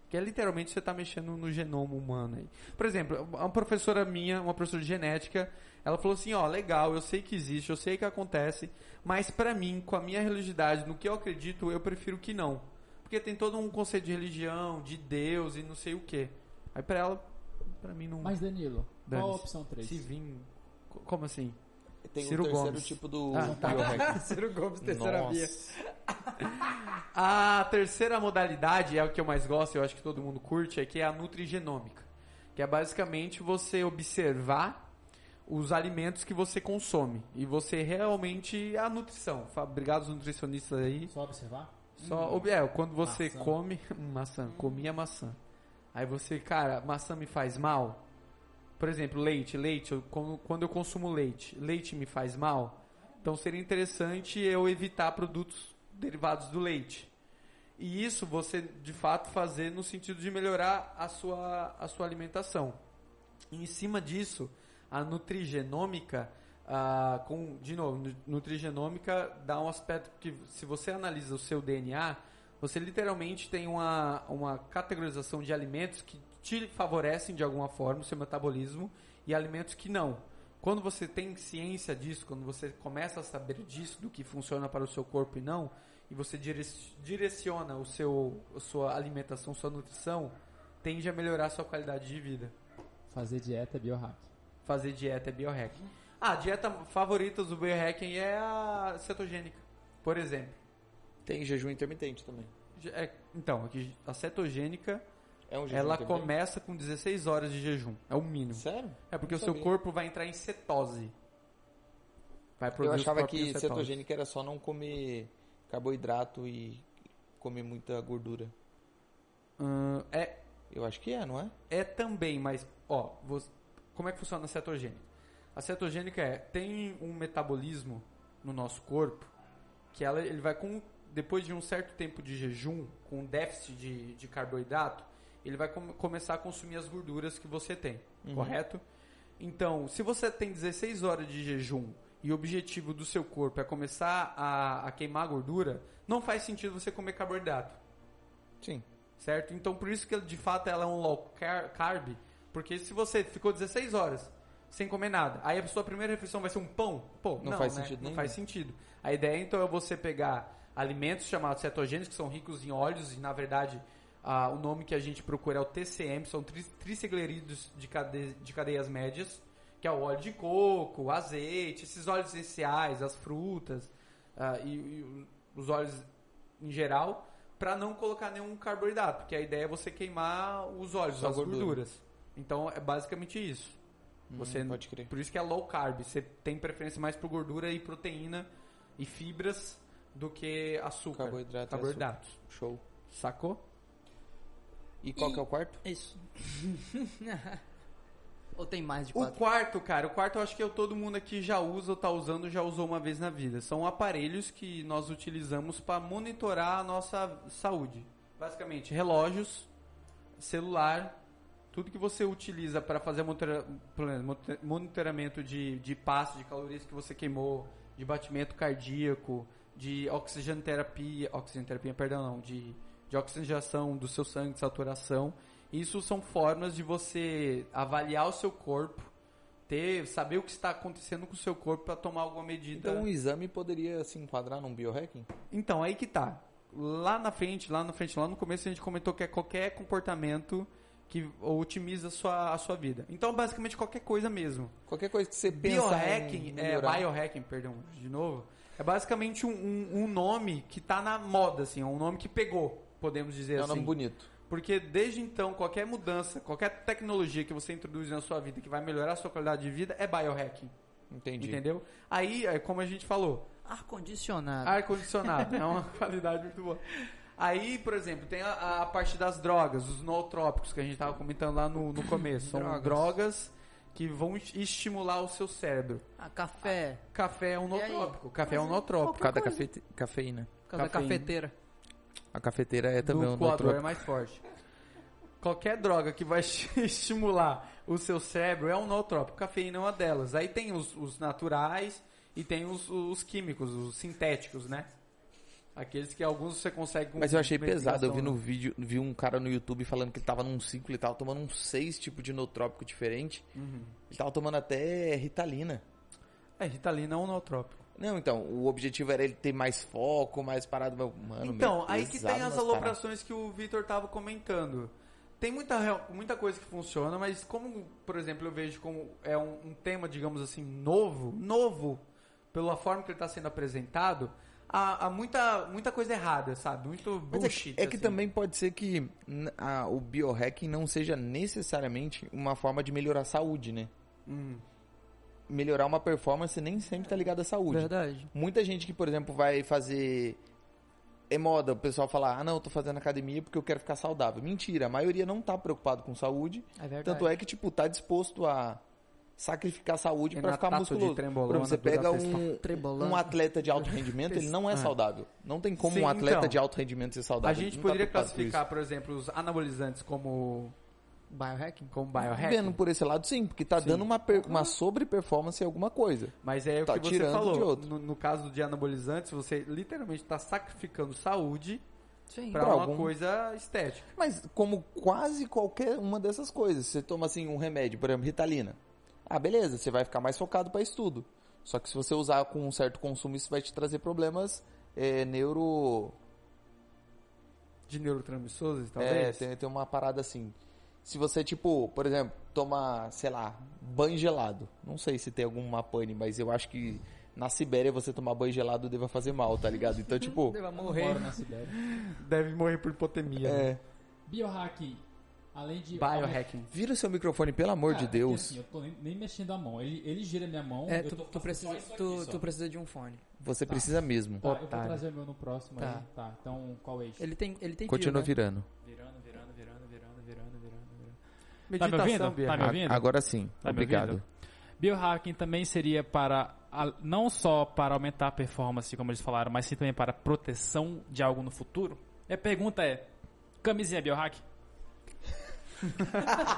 A: Que é literalmente você tá mexendo no genoma humano aí. Por exemplo, uma professora minha, uma professora de genética, ela falou assim, ó, legal, eu sei que existe, eu sei que acontece, mas pra mim, com a minha religiosidade, no que eu acredito, eu prefiro que não. Porque tem todo um conceito de religião, de Deus e não sei o quê. Aí pra ela, pra mim não
E: Mas, Danilo, qual a
A: Dane-se.
E: opção 3?
A: se vim. Co- Como assim?
B: Tem o
A: Ciro
B: terceiro
A: Gomes.
B: tipo do
A: Ah, tá.
D: é.
B: biohack.
A: Ciro Gomes,
B: Nossa.
A: A terceira modalidade é o que eu mais gosto, eu acho que todo mundo curte, é que é a nutrigenômica, que é basicamente você observar os alimentos que você consome e você realmente a nutrição. Fa- Obrigado os nutricionistas aí.
E: Só observar?
A: Só ob- é, quando você
E: Maçã.
A: come maçã, comia maçã. Aí você, cara, maçã me faz mal. Por exemplo, leite, leite, eu como- quando eu consumo leite, leite me faz mal. Então seria interessante eu evitar produtos derivados do leite. E isso você de fato fazer no sentido de melhorar a sua, a sua alimentação. E em cima disso, a nutrigenômica, ah, com, de novo, nu- nutrigenômica dá um aspecto que se você analisa o seu DNA, você literalmente tem uma, uma categorização de alimentos que te favorecem de alguma forma o seu metabolismo e alimentos que não. Quando você tem ciência disso, quando você começa a saber disso, do que funciona para o seu corpo e não, e você direc- direciona o seu, a sua alimentação, sua nutrição, tende a melhorar a sua qualidade de vida
E: Fazer dieta é biohack.
A: fazer dieta é biohack. Ah, a dieta favorita do biohacking é a cetogênica, por exemplo.
B: Tem jejum intermitente também.
A: Je- é- então, aqui, a cetogênica
B: É um jejum
A: Ela
B: intermitente?
A: começa com 16 horas de jejum. É o mínimo.
B: Sério?
A: É porque
B: Não
A: o seu
B: sabia.
A: corpo vai entrar em cetose. Vai
B: Eu
A: produzir os
B: achava
A: próprios
B: que
A: cetose.
B: cetogênica era só não comer carboidrato e comer muita gordura.
A: Hum, é,
B: Eu acho que é, não é?
A: é também, mas, ó, você- como é que funciona a cetogênica? A cetogênica é, tem um metabolismo no nosso corpo que ela, ele vai com, depois de um certo tempo de jejum, com déficit de, de carboidrato, ele vai come- começar a consumir as gorduras que você tem, correto? Então, se você tem 16 horas de jejum e o objetivo do seu corpo é começar a, a queimar gordura, não faz sentido você comer carboidrato.
B: Sim.
A: certo? Então por isso que de fato ela é um low car- carb, porque se você ficou 16 horas sem comer nada, aí a sua primeira refeição vai ser um pão, pô, não,
B: Não faz
A: né?
B: sentido
A: Não
B: nenhum.
A: faz sentido. A ideia então é você pegar alimentos chamados cetogênicos que são ricos em óleos e na verdade ah, o nome que a gente procura é o TCM, são tri- triglicerídeos de, cade- de cadeias médias, que é o óleo de coco, azeite, esses óleos essenciais, as frutas ah, e- e o- os óleos em geral, pra não colocar nenhum carboidrato, porque a ideia é você queimar os óleos,
B: Só
A: as
B: gordura.
A: gorduras. Então é basicamente isso. Você
B: pode crer.
A: Por isso que é low carb, você tem preferência mais por gordura e proteína e fibras do que açúcar,
B: Carboidrato e
A: carboidratos.
B: Show.
A: Sacou?
B: E qual que é o quarto?
D: Isso. Ou tem mais de
A: O
D: quatro?
A: quarto, cara, o quarto eu acho que eu- todo mundo aqui já usa ou tá usando, já usou uma vez na vida. São aparelhos que nós utilizamos para monitorar a nossa saúde. Basicamente, relógios, celular, tudo que você utiliza para fazer monitora- por exemplo, monitoramento de, de passo, de calorias que você queimou, de batimento cardíaco, de oxigenoterapia, oxigenoterapia, perdão, não, de, de oxigenação do seu sangue, de saturação. Isso são formas de você avaliar o seu corpo, ter, saber o que está acontecendo com o seu corpo para tomar alguma medida.
B: Então um exame poderia se enquadrar num biohacking?
A: Então, aí que tá. Lá na frente, lá na frente, lá no começo a gente comentou que é qualquer comportamento que otimiza a sua, a sua vida. Então, basicamente, qualquer coisa mesmo.
B: Qualquer coisa que você pensa em
A: Biohacking, é,
B: melhorar.
A: biohacking, perdão, de novo, é basicamente um, um- um nome que tá na moda, assim, é um nome que pegou, podemos dizer
B: É um
A: assim.
B: nome bonito.
A: Porque desde então, qualquer mudança, qualquer tecnologia que você introduz na sua vida que vai melhorar a sua qualidade de vida é biohacking,
B: Entendi.
A: entendeu? Aí, é como a gente falou,
D: Ar-condicionado.
A: Ar-condicionado, é uma qualidade muito boa. Aí, por exemplo, tem a, a parte das drogas, os nootrópicos que a gente tava comentando lá no, no começo. São drogas.
D: Drogas.
A: que vão es- estimular o seu cérebro.
D: Ah, café.
A: Café é um
D: E aí?
A: nootrópico. Café é um
D: Mas
A: nootrópico.
D: qualquer Cada coisa.
B: cafeína.
D: Por causa da
A: Cafeína.
D: cafeteira.
B: A cafeteira é
A: do coador é mais forte. Qualquer droga que vai estimular o seu cérebro é um nootrópico. Cafeína é uma delas. Aí tem os, os naturais e tem os, os químicos, os sintéticos, né? Aqueles que alguns você consegue... com
B: Mas eu achei
A: investigação,
B: pesado, eu vi
A: né?
B: no vídeo, vi um cara no YouTube falando que ele tava num ciclo e tava tomando uns seis tipos de nootrópico diferente.
A: Uhum.
B: Ele tava tomando até ritalina.
A: É, Ritalina é um nootrópico.
B: Não, então, o objetivo era ele ter mais foco, mais parado. mas, Mano,
A: então,
B: Ah,
A: aí
B: meio
A: que
B: pesado
A: tem as
B: umas paradas.
A: aloprações que o Vitor tava comentando. Tem muita, real- muita coisa que funciona, mas como, por exemplo, eu vejo como é um, um tema, digamos assim, novo, novo, pela forma que ele tá sendo apresentado, há, há muita, muita coisa errada, sabe? Muito
B: Mas é que-
A: bullshit.
B: é, que
A: assim.
B: também pode ser que n- a- o biohacking não seja necessariamente uma forma de melhorar a saúde, né?
A: Hum.
B: Melhorar uma performance nem sempre tá ligado à saúde.
D: Verdade.
B: Muita gente que, por exemplo, vai fazer. É moda o pessoal falar, ah não, eu tô fazendo academia porque eu quero ficar saudável. Mentira, a maioria não tá preocupado com saúde.
D: É verdade.
B: Tanto é que, tipo, tá disposto a sacrificar a saúde pra ficar
A: Renatato de
B: musculoso.
A: trembolona,
B: Por exemplo,
A: dura
B: você pega
A: testão.
B: um,
D: Trebolando.
B: um atleta de alto rendimento, ele não é saudável. Não tem
A: Ah.
B: como
A: Sim,
B: um atleta
A: então.
B: de alto rendimento ser saudável.
A: A
B: Ele
A: gente
B: não tá
A: poderia
B: preocupado com isso.
A: classificar, por exemplo, os anabolizantes como,
D: Biohacking?
A: como biohacking.
B: Vendo por esse lado, sim, porque tá dando uma, per- uma sobre-performance em alguma coisa.
A: Mas é o
B: Tá
A: que você
B: tirando de
A: falou.
B: outro.
A: No, no caso de anabolizantes, você literalmente está sacrificando saúde
D: Sim.
A: para
B: Pra
A: uma
B: algum-
A: coisa estética.
B: Mas como quase qualquer uma dessas coisas, você toma assim um remédio, por exemplo, Ritalina. Ah, beleza, você vai ficar mais focado pra estudo. Só que se você usar com um certo consumo, isso vai te trazer problemas é, neuro.
A: de neurotransmissores,
B: É,
A: talvez.
B: tem, tem uma parada assim. Se você, tipo, por exemplo, toma, sei lá, banho gelado. Não sei se tem alguma pane, mas eu acho que na Sibéria você tomar banho gelado deva fazer mal, tá ligado? Então, tipo.
D: Vai
E: Eu moro
D: morrer.
E: na Sibéria.
A: Deve morrer por hipotemia. né?
B: É.
E: Biohacking
I: Além de.
D: Biohacking.
J: Vira o seu microfone, pelo amor
I: Cara,
J: de
I: é que
J: Deus.
I: assim, eu tô nem, nem mexendo a mão. Ele, ele gira minha mão.
D: É,
I: eu
D: tu,
I: tô
D: tu,
I: fazendo
D: precisa,
I: só isso aqui,
D: tu,
I: só.
D: tu precisa de um fone.
J: Você precisa mesmo.
I: Tá, eu vou
D: Otário.
I: trazer o meu no próximo
D: Tá.
I: aí. Tá, então qual eixo?
D: Ele tem, ele tem
J: Continua
D: fio, né?
J: virando.
E: Virando, virando, virando, virando, virando, virando, virando. Tá me
A: Meditação,
E: ouvindo?
A: Bia.
E: Tá me
J: A-
E: ouvindo?
J: Agora sim.
E: Tá me
J: Obrigado.
E: ouvindo? Biohacking também seria para a- não só para aumentar a performance, como eles falaram, mas sim também para proteção de algo no futuro? E a pergunta é: camisinha é biohack?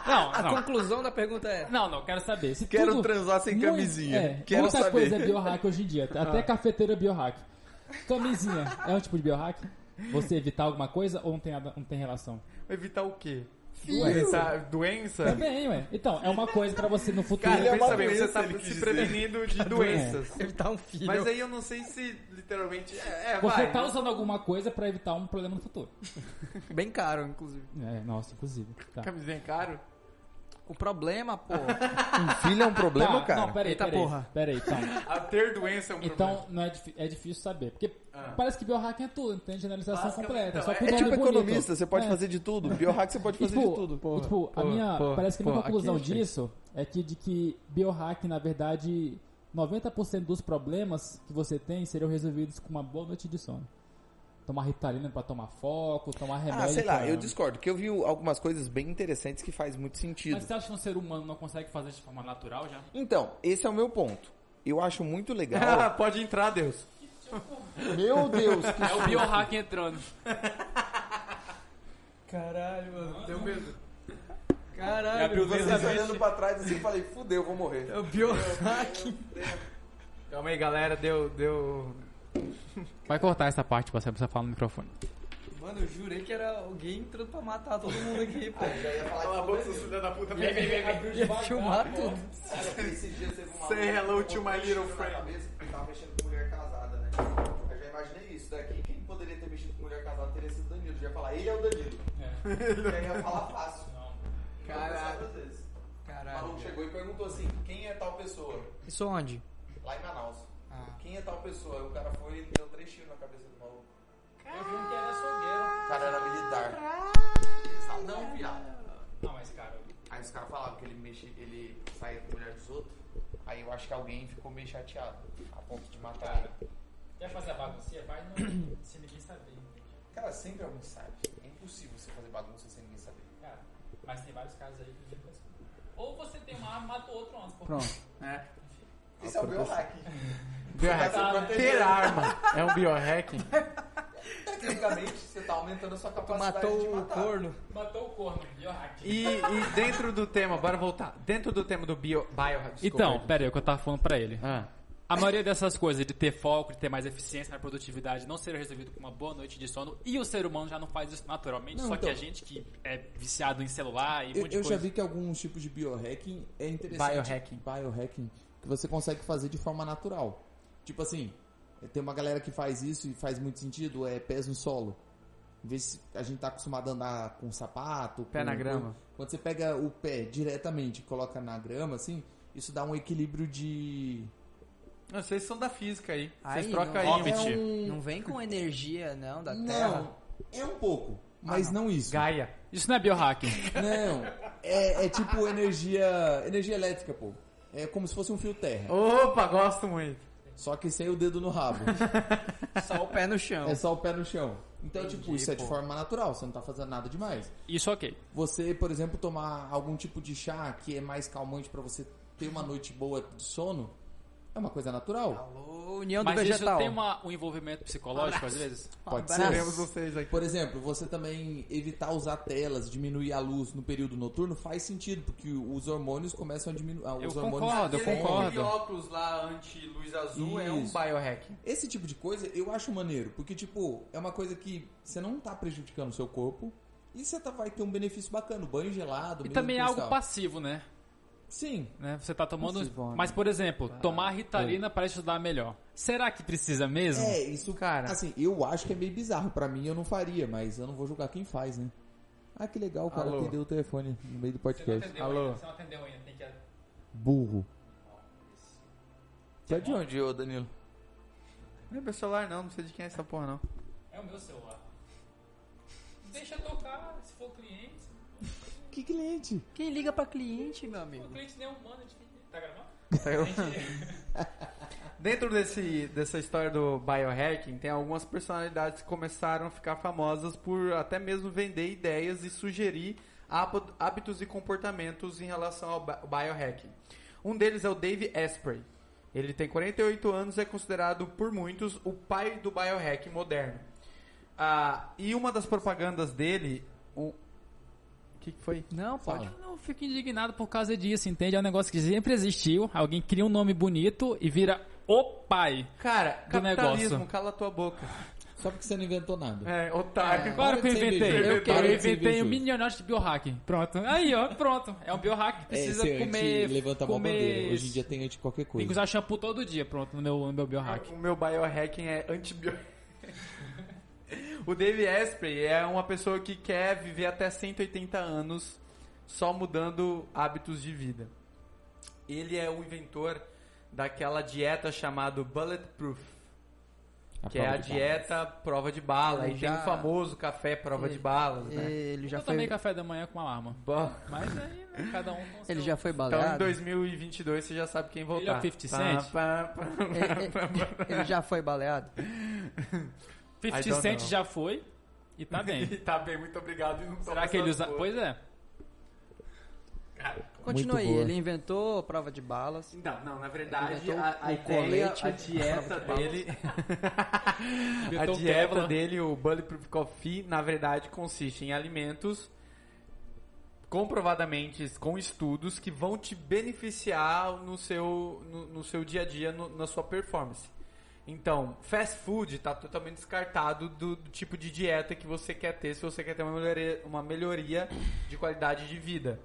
E: não,
D: A
E: não.
D: conclusão da pergunta é...
E: Não, não, quero saber.
I: É, se
J: Quero
I: tudo-
J: transar sem
I: Mui-
J: camisinha.
I: É,
J: Quero
I: muita
J: saber. Ah.
I: coisa é biohack hoje em dia. Até cafeteira é biohack. Camisinha é um tipo de biohack? Você evitar alguma coisa ou não tem, nada- não tem relação?
A: Evitar o quê? Doença? Doença?
I: Também, ué. Então, é uma coisa pra você no futuro.
A: Cara,
I: é
A: pensa bem, você tá se prevenindo de doenças.
D: Evitar um filho.
A: Mas aí eu não sei se literalmente. É, é,
I: você
A: vai.
I: tá usando alguma coisa pra evitar um problema no futuro.
D: Bem caro, inclusive.
I: É, nossa, inclusive. Tá.
A: Camisinha é caro?
D: O problema, pô...
J: Um filho é um problema,
I: Tá, Não,
J: cara?
I: peraí,
D: Eita
I: peraí.
D: porra.
I: Peraí, calma.
A: A ter doença é um problema.
I: Então, não é, difí- é difícil saber. Porque parece que biohacking é tudo, não tem generalização
A: Basicamente,
I: completa.
A: não,
I: Só
A: é-
I: que o
J: Ah. É
I: nome
J: tipo
I: bonito.
J: economista, você pode
I: É.
J: fazer de tudo. Biohack você pode
I: E,
J: fazer de tudo.
I: e, tipo, a minha. parece que a minha conclusão disso é que de que biohack, na verdade, 90% dos problemas que você tem seriam resolvidos com uma boa noite de sono. Tomar ritalina pra tomar foco, tomar remédio.
J: Ah, sei lá,
I: pra-
J: eu discordo, que eu vi algumas coisas bem interessantes que faz muito sentido.
E: Mas você acha que um ser humano não consegue fazer isso de forma natural
I: tá-
E: já?
J: Então, esse é o meu ponto. Eu acho muito
A: Ah,
J: legal.
A: pode entrar, Deus.
J: meu Deus, que
E: É o biohack entrando.
D: Caralho, mano.
A: Deu medo.
D: Caralho.
J: Vocês tá olhando pra trás assim, eu falei, fudeu, vou morrer.
D: É o biohack.
A: Calma aí, galera, deu. deu...
E: Vai cortar essa parte pra você precisar falar no microfone.
D: Mano, eu jurei que era alguém entrando pra matar todo mundo aqui, pô.
A: Cala a boca, seus filha da puta. Vem, vem, vem. vem.
D: Ia filmar tudo.
J: Esse dia teve uma
A: Say
J: louca,
A: hello
J: eu
A: to
J: tô
A: my
J: mexendo
A: little
J: na
A: friend.
J: cabeça, porque tava mexendo com mulher casada, né? Eu já imaginei isso. Daqui, quem poderia ter mexido com mulher casada teria sido o Danilo. Já ia falar, ele é o Danilo. É. Já ia falar fácil.
D: Caralho.
J: Duas vezes. O maluco
D: Caralho.
J: chegou e perguntou assim: quem é tal pessoa?
D: Isso onde?
J: Lá em Manaus.
D: Ah.
J: Quem é tal pessoa? Aí o cara foi e deu três tiros na cabeça do maluco.
E: um
J: O cara era militar. Ah, Não, viado.
E: Não, mas cara,
J: Aí os caras falavam que ele mexia, ele saía com a mulher dos outros. Aí eu acho que alguém ficou meio chateado, a ponto de matar ele.
E: quer fazer a bagunça? Vai no... se ninguém saber.
J: Cara, sempre alguém sabe. É impossível você fazer bagunça sem ninguém saber.
E: Cara, mas tem vários casos aí que Ou você tem uma arma, mata o outro antes.
I: Pronto.
J: Isso é o meu hack.
A: Tá, Ter arma é um biohacking?
J: Tecnicamente, você tá aumentando a sua capacidade de
D: Matou o
J: matar.
D: corno.
E: Matou o corno, biohack.
A: E, e dentro do tema, bora voltar. Dentro do tema do bio, biohacking.
E: Então, pera aí, o que eu tava falando pra ele.
A: Ah.
E: A maioria dessas coisas de ter foco, de ter mais eficiência na produtividade, não ser resolvido com uma boa noite de sono, e o ser humano já não faz isso naturalmente,
B: Não,
E: só que
B: então.
E: a gente que é viciado em celular e um
B: Eu,
E: monte de
B: eu já
E: coisa.
B: vi que alguns tipos de biohacking é interessante.
A: Biohacking.
B: Biohacking, Que você consegue fazer de forma natural. Tipo assim, tem uma galera que faz isso e faz muito sentido, é pés no solo. Em vez de- a gente tá acostumado a andar com sapato,
A: Pé
B: com-
A: na grama.
B: Quando você pega o pé diretamente e coloca na grama, assim, isso dá um equilíbrio de.
A: Não, vocês são da física aí.
D: Ai,
A: Vocês trocam
D: não.
A: aí.
E: Hobbit.
B: É um-
D: Não vem com energia, não, da
B: Não,
D: terra.
B: é um pouco,
A: Ah,
B: mas não. isso.
A: Gaia.
E: Isso não é biohacking.
B: Não, é, é tipo energia, energia elétrica, pô. É como se fosse um fio terra,
A: Opa, gosto muito.
B: só que sem o dedo no rabo.
D: Só o pé no chão.
B: É só o pé no chão. Então, tipo, isso é de forma natural, você não tá fazendo nada demais.
E: Isso ok.
B: Você, por exemplo, tomar algum tipo de chá que é mais calmante pra você ter uma noite boa de sono, é uma coisa natural.
D: Alô, União do
E: Mas isso
D: Vegetal.
E: tem uma- um envolvimento psicológico, às vezes?
B: Pode
D: abraço.
B: ser.
A: Temos vocês aqui.
B: Por exemplo, você também evitar usar telas, diminuir a luz no período noturno faz sentido, porque os hormônios começam a diminuir. ah,
E: Eu
B: os hormônios...
E: concordo, eu
A: Aquele
E: concordo.
A: óculos lá anti-luz azul é um
B: Isso.
A: biohacking.
B: Esse tipo de coisa eu acho maneiro, porque, tipo, é uma coisa que você não tá prejudicando o seu corpo e você tá, vai ter um benefício bacana, banho gelado,
E: E
B: mesmo
E: também é algo
B: cristal.
E: passivo, né?
B: Sim,
E: né? Você tá tomando.
D: Esses bônus.
E: Mas, por exemplo,
B: Ah,
E: tomar ritalina para estudar melhor. Será que precisa mesmo?
B: é, isso,
A: Cara.
B: cara. Assim, eu acho que é meio bizarro. Pra mim, eu não faria, mas eu não vou julgar quem faz, né? Ah, que legal, o cara
A: Alô.
B: atendeu o telefone no meio do podcast.
A: Alô?
E: Você não atendeu ainda, tem que.
B: Burro.
J: Você é de onde, ô Danilo?
A: Não é meu celular não, não sei de quem é essa porra não.
E: É o meu celular. Deixa tocar, se for cliente.
B: Que cliente?
D: Quem liga pra cliente, meu
E: O
D: amigo?
E: cliente nem é humano, a gente tem... Tá gravando?
A: Dentro desse, dessa história do biohacking, tem algumas personalidades que começaram a ficar famosas por até mesmo vender ideias e sugerir háb- hábitos e comportamentos em relação ao ba- biohacking. Um deles é o Dave Asprey. Ele tem 48 anos e é considerado por muitos o pai do biohacking moderno. Ah, e uma das propagandas dele. O que, que foi?
E: Não, pode. Eu não fico indignado por causa disso, entende? É um negócio que sempre existiu. Alguém cria um nome bonito e vira o pai.
A: Cara,
E: Do
A: capitalismo,
E: negócio.
A: cala tua boca.
B: Só porque você não inventou nada.
A: É, otário.
E: Claro que eu
B: de ser
E: inventei.
B: invejoso.
E: Eu, que- eu
B: Para de ser
E: inventei o
B: invejoso.
E: milionário de biohacking. Pronto. Aí, ó, pronto. É um biohack que precisa
B: anti-
E: comer.
B: levanta uma
E: comer...
B: bandeira. Hoje em dia tem anti qualquer
E: Tem que
B: coisa.
E: usar shampoo todo dia, pronto, no meu, no meu biohack.
A: O meu biohacking é antibio... o Dave Asprey é uma pessoa que quer viver até 180 anos só mudando hábitos de vida. Ele é o inventor daquela dieta chamada Bulletproof, que é a
B: prova de
A: dieta
B: bala.
A: prova de bala.
D: Ele
A: E
D: já-
A: tem o famoso café prova de balas, né?
D: É, Ele já
E: eu
D: foi,
E: tomei café da manhã com alarma.
A: Bom,
E: Mas aí, né, cada um com o
D: ele
E: seu.
D: já foi
A: então em
D: baleado.
A: 2022 você já sabe quem voltar.
E: Ele é o 50 Cent?
A: Pá, pá,
D: um
A: pá.
D: Ele- ele já foi baleado.
E: 50
A: I don't
E: Cent
A: know.
E: já foi e tá bem.
A: E tá bem, muito obrigado. e não
E: Será
A: toma
E: que ele
A: essas
E: usa...
A: coisas.
E: Pois é.
D: Continua aí,
B: boa.
D: ele inventou a prova de balas.
A: Não, Então, não, na verdade,
D: Inventou
A: a, a
D: o
A: ideia,
D: colete. né?
A: a dieta dele, a
E: Inventou o
A: dieta
E: Kevlar.
A: dele, o Bulletproof Coffee, na verdade, consiste em alimentos comprovadamente com estudos que vão te beneficiar no seu, no, no seu dia a dia, no- na sua performance. Então, fast food está totalmente descartado do, do tipo de dieta que você quer ter se você quer ter uma melhoria, uma melhoria de qualidade de vida.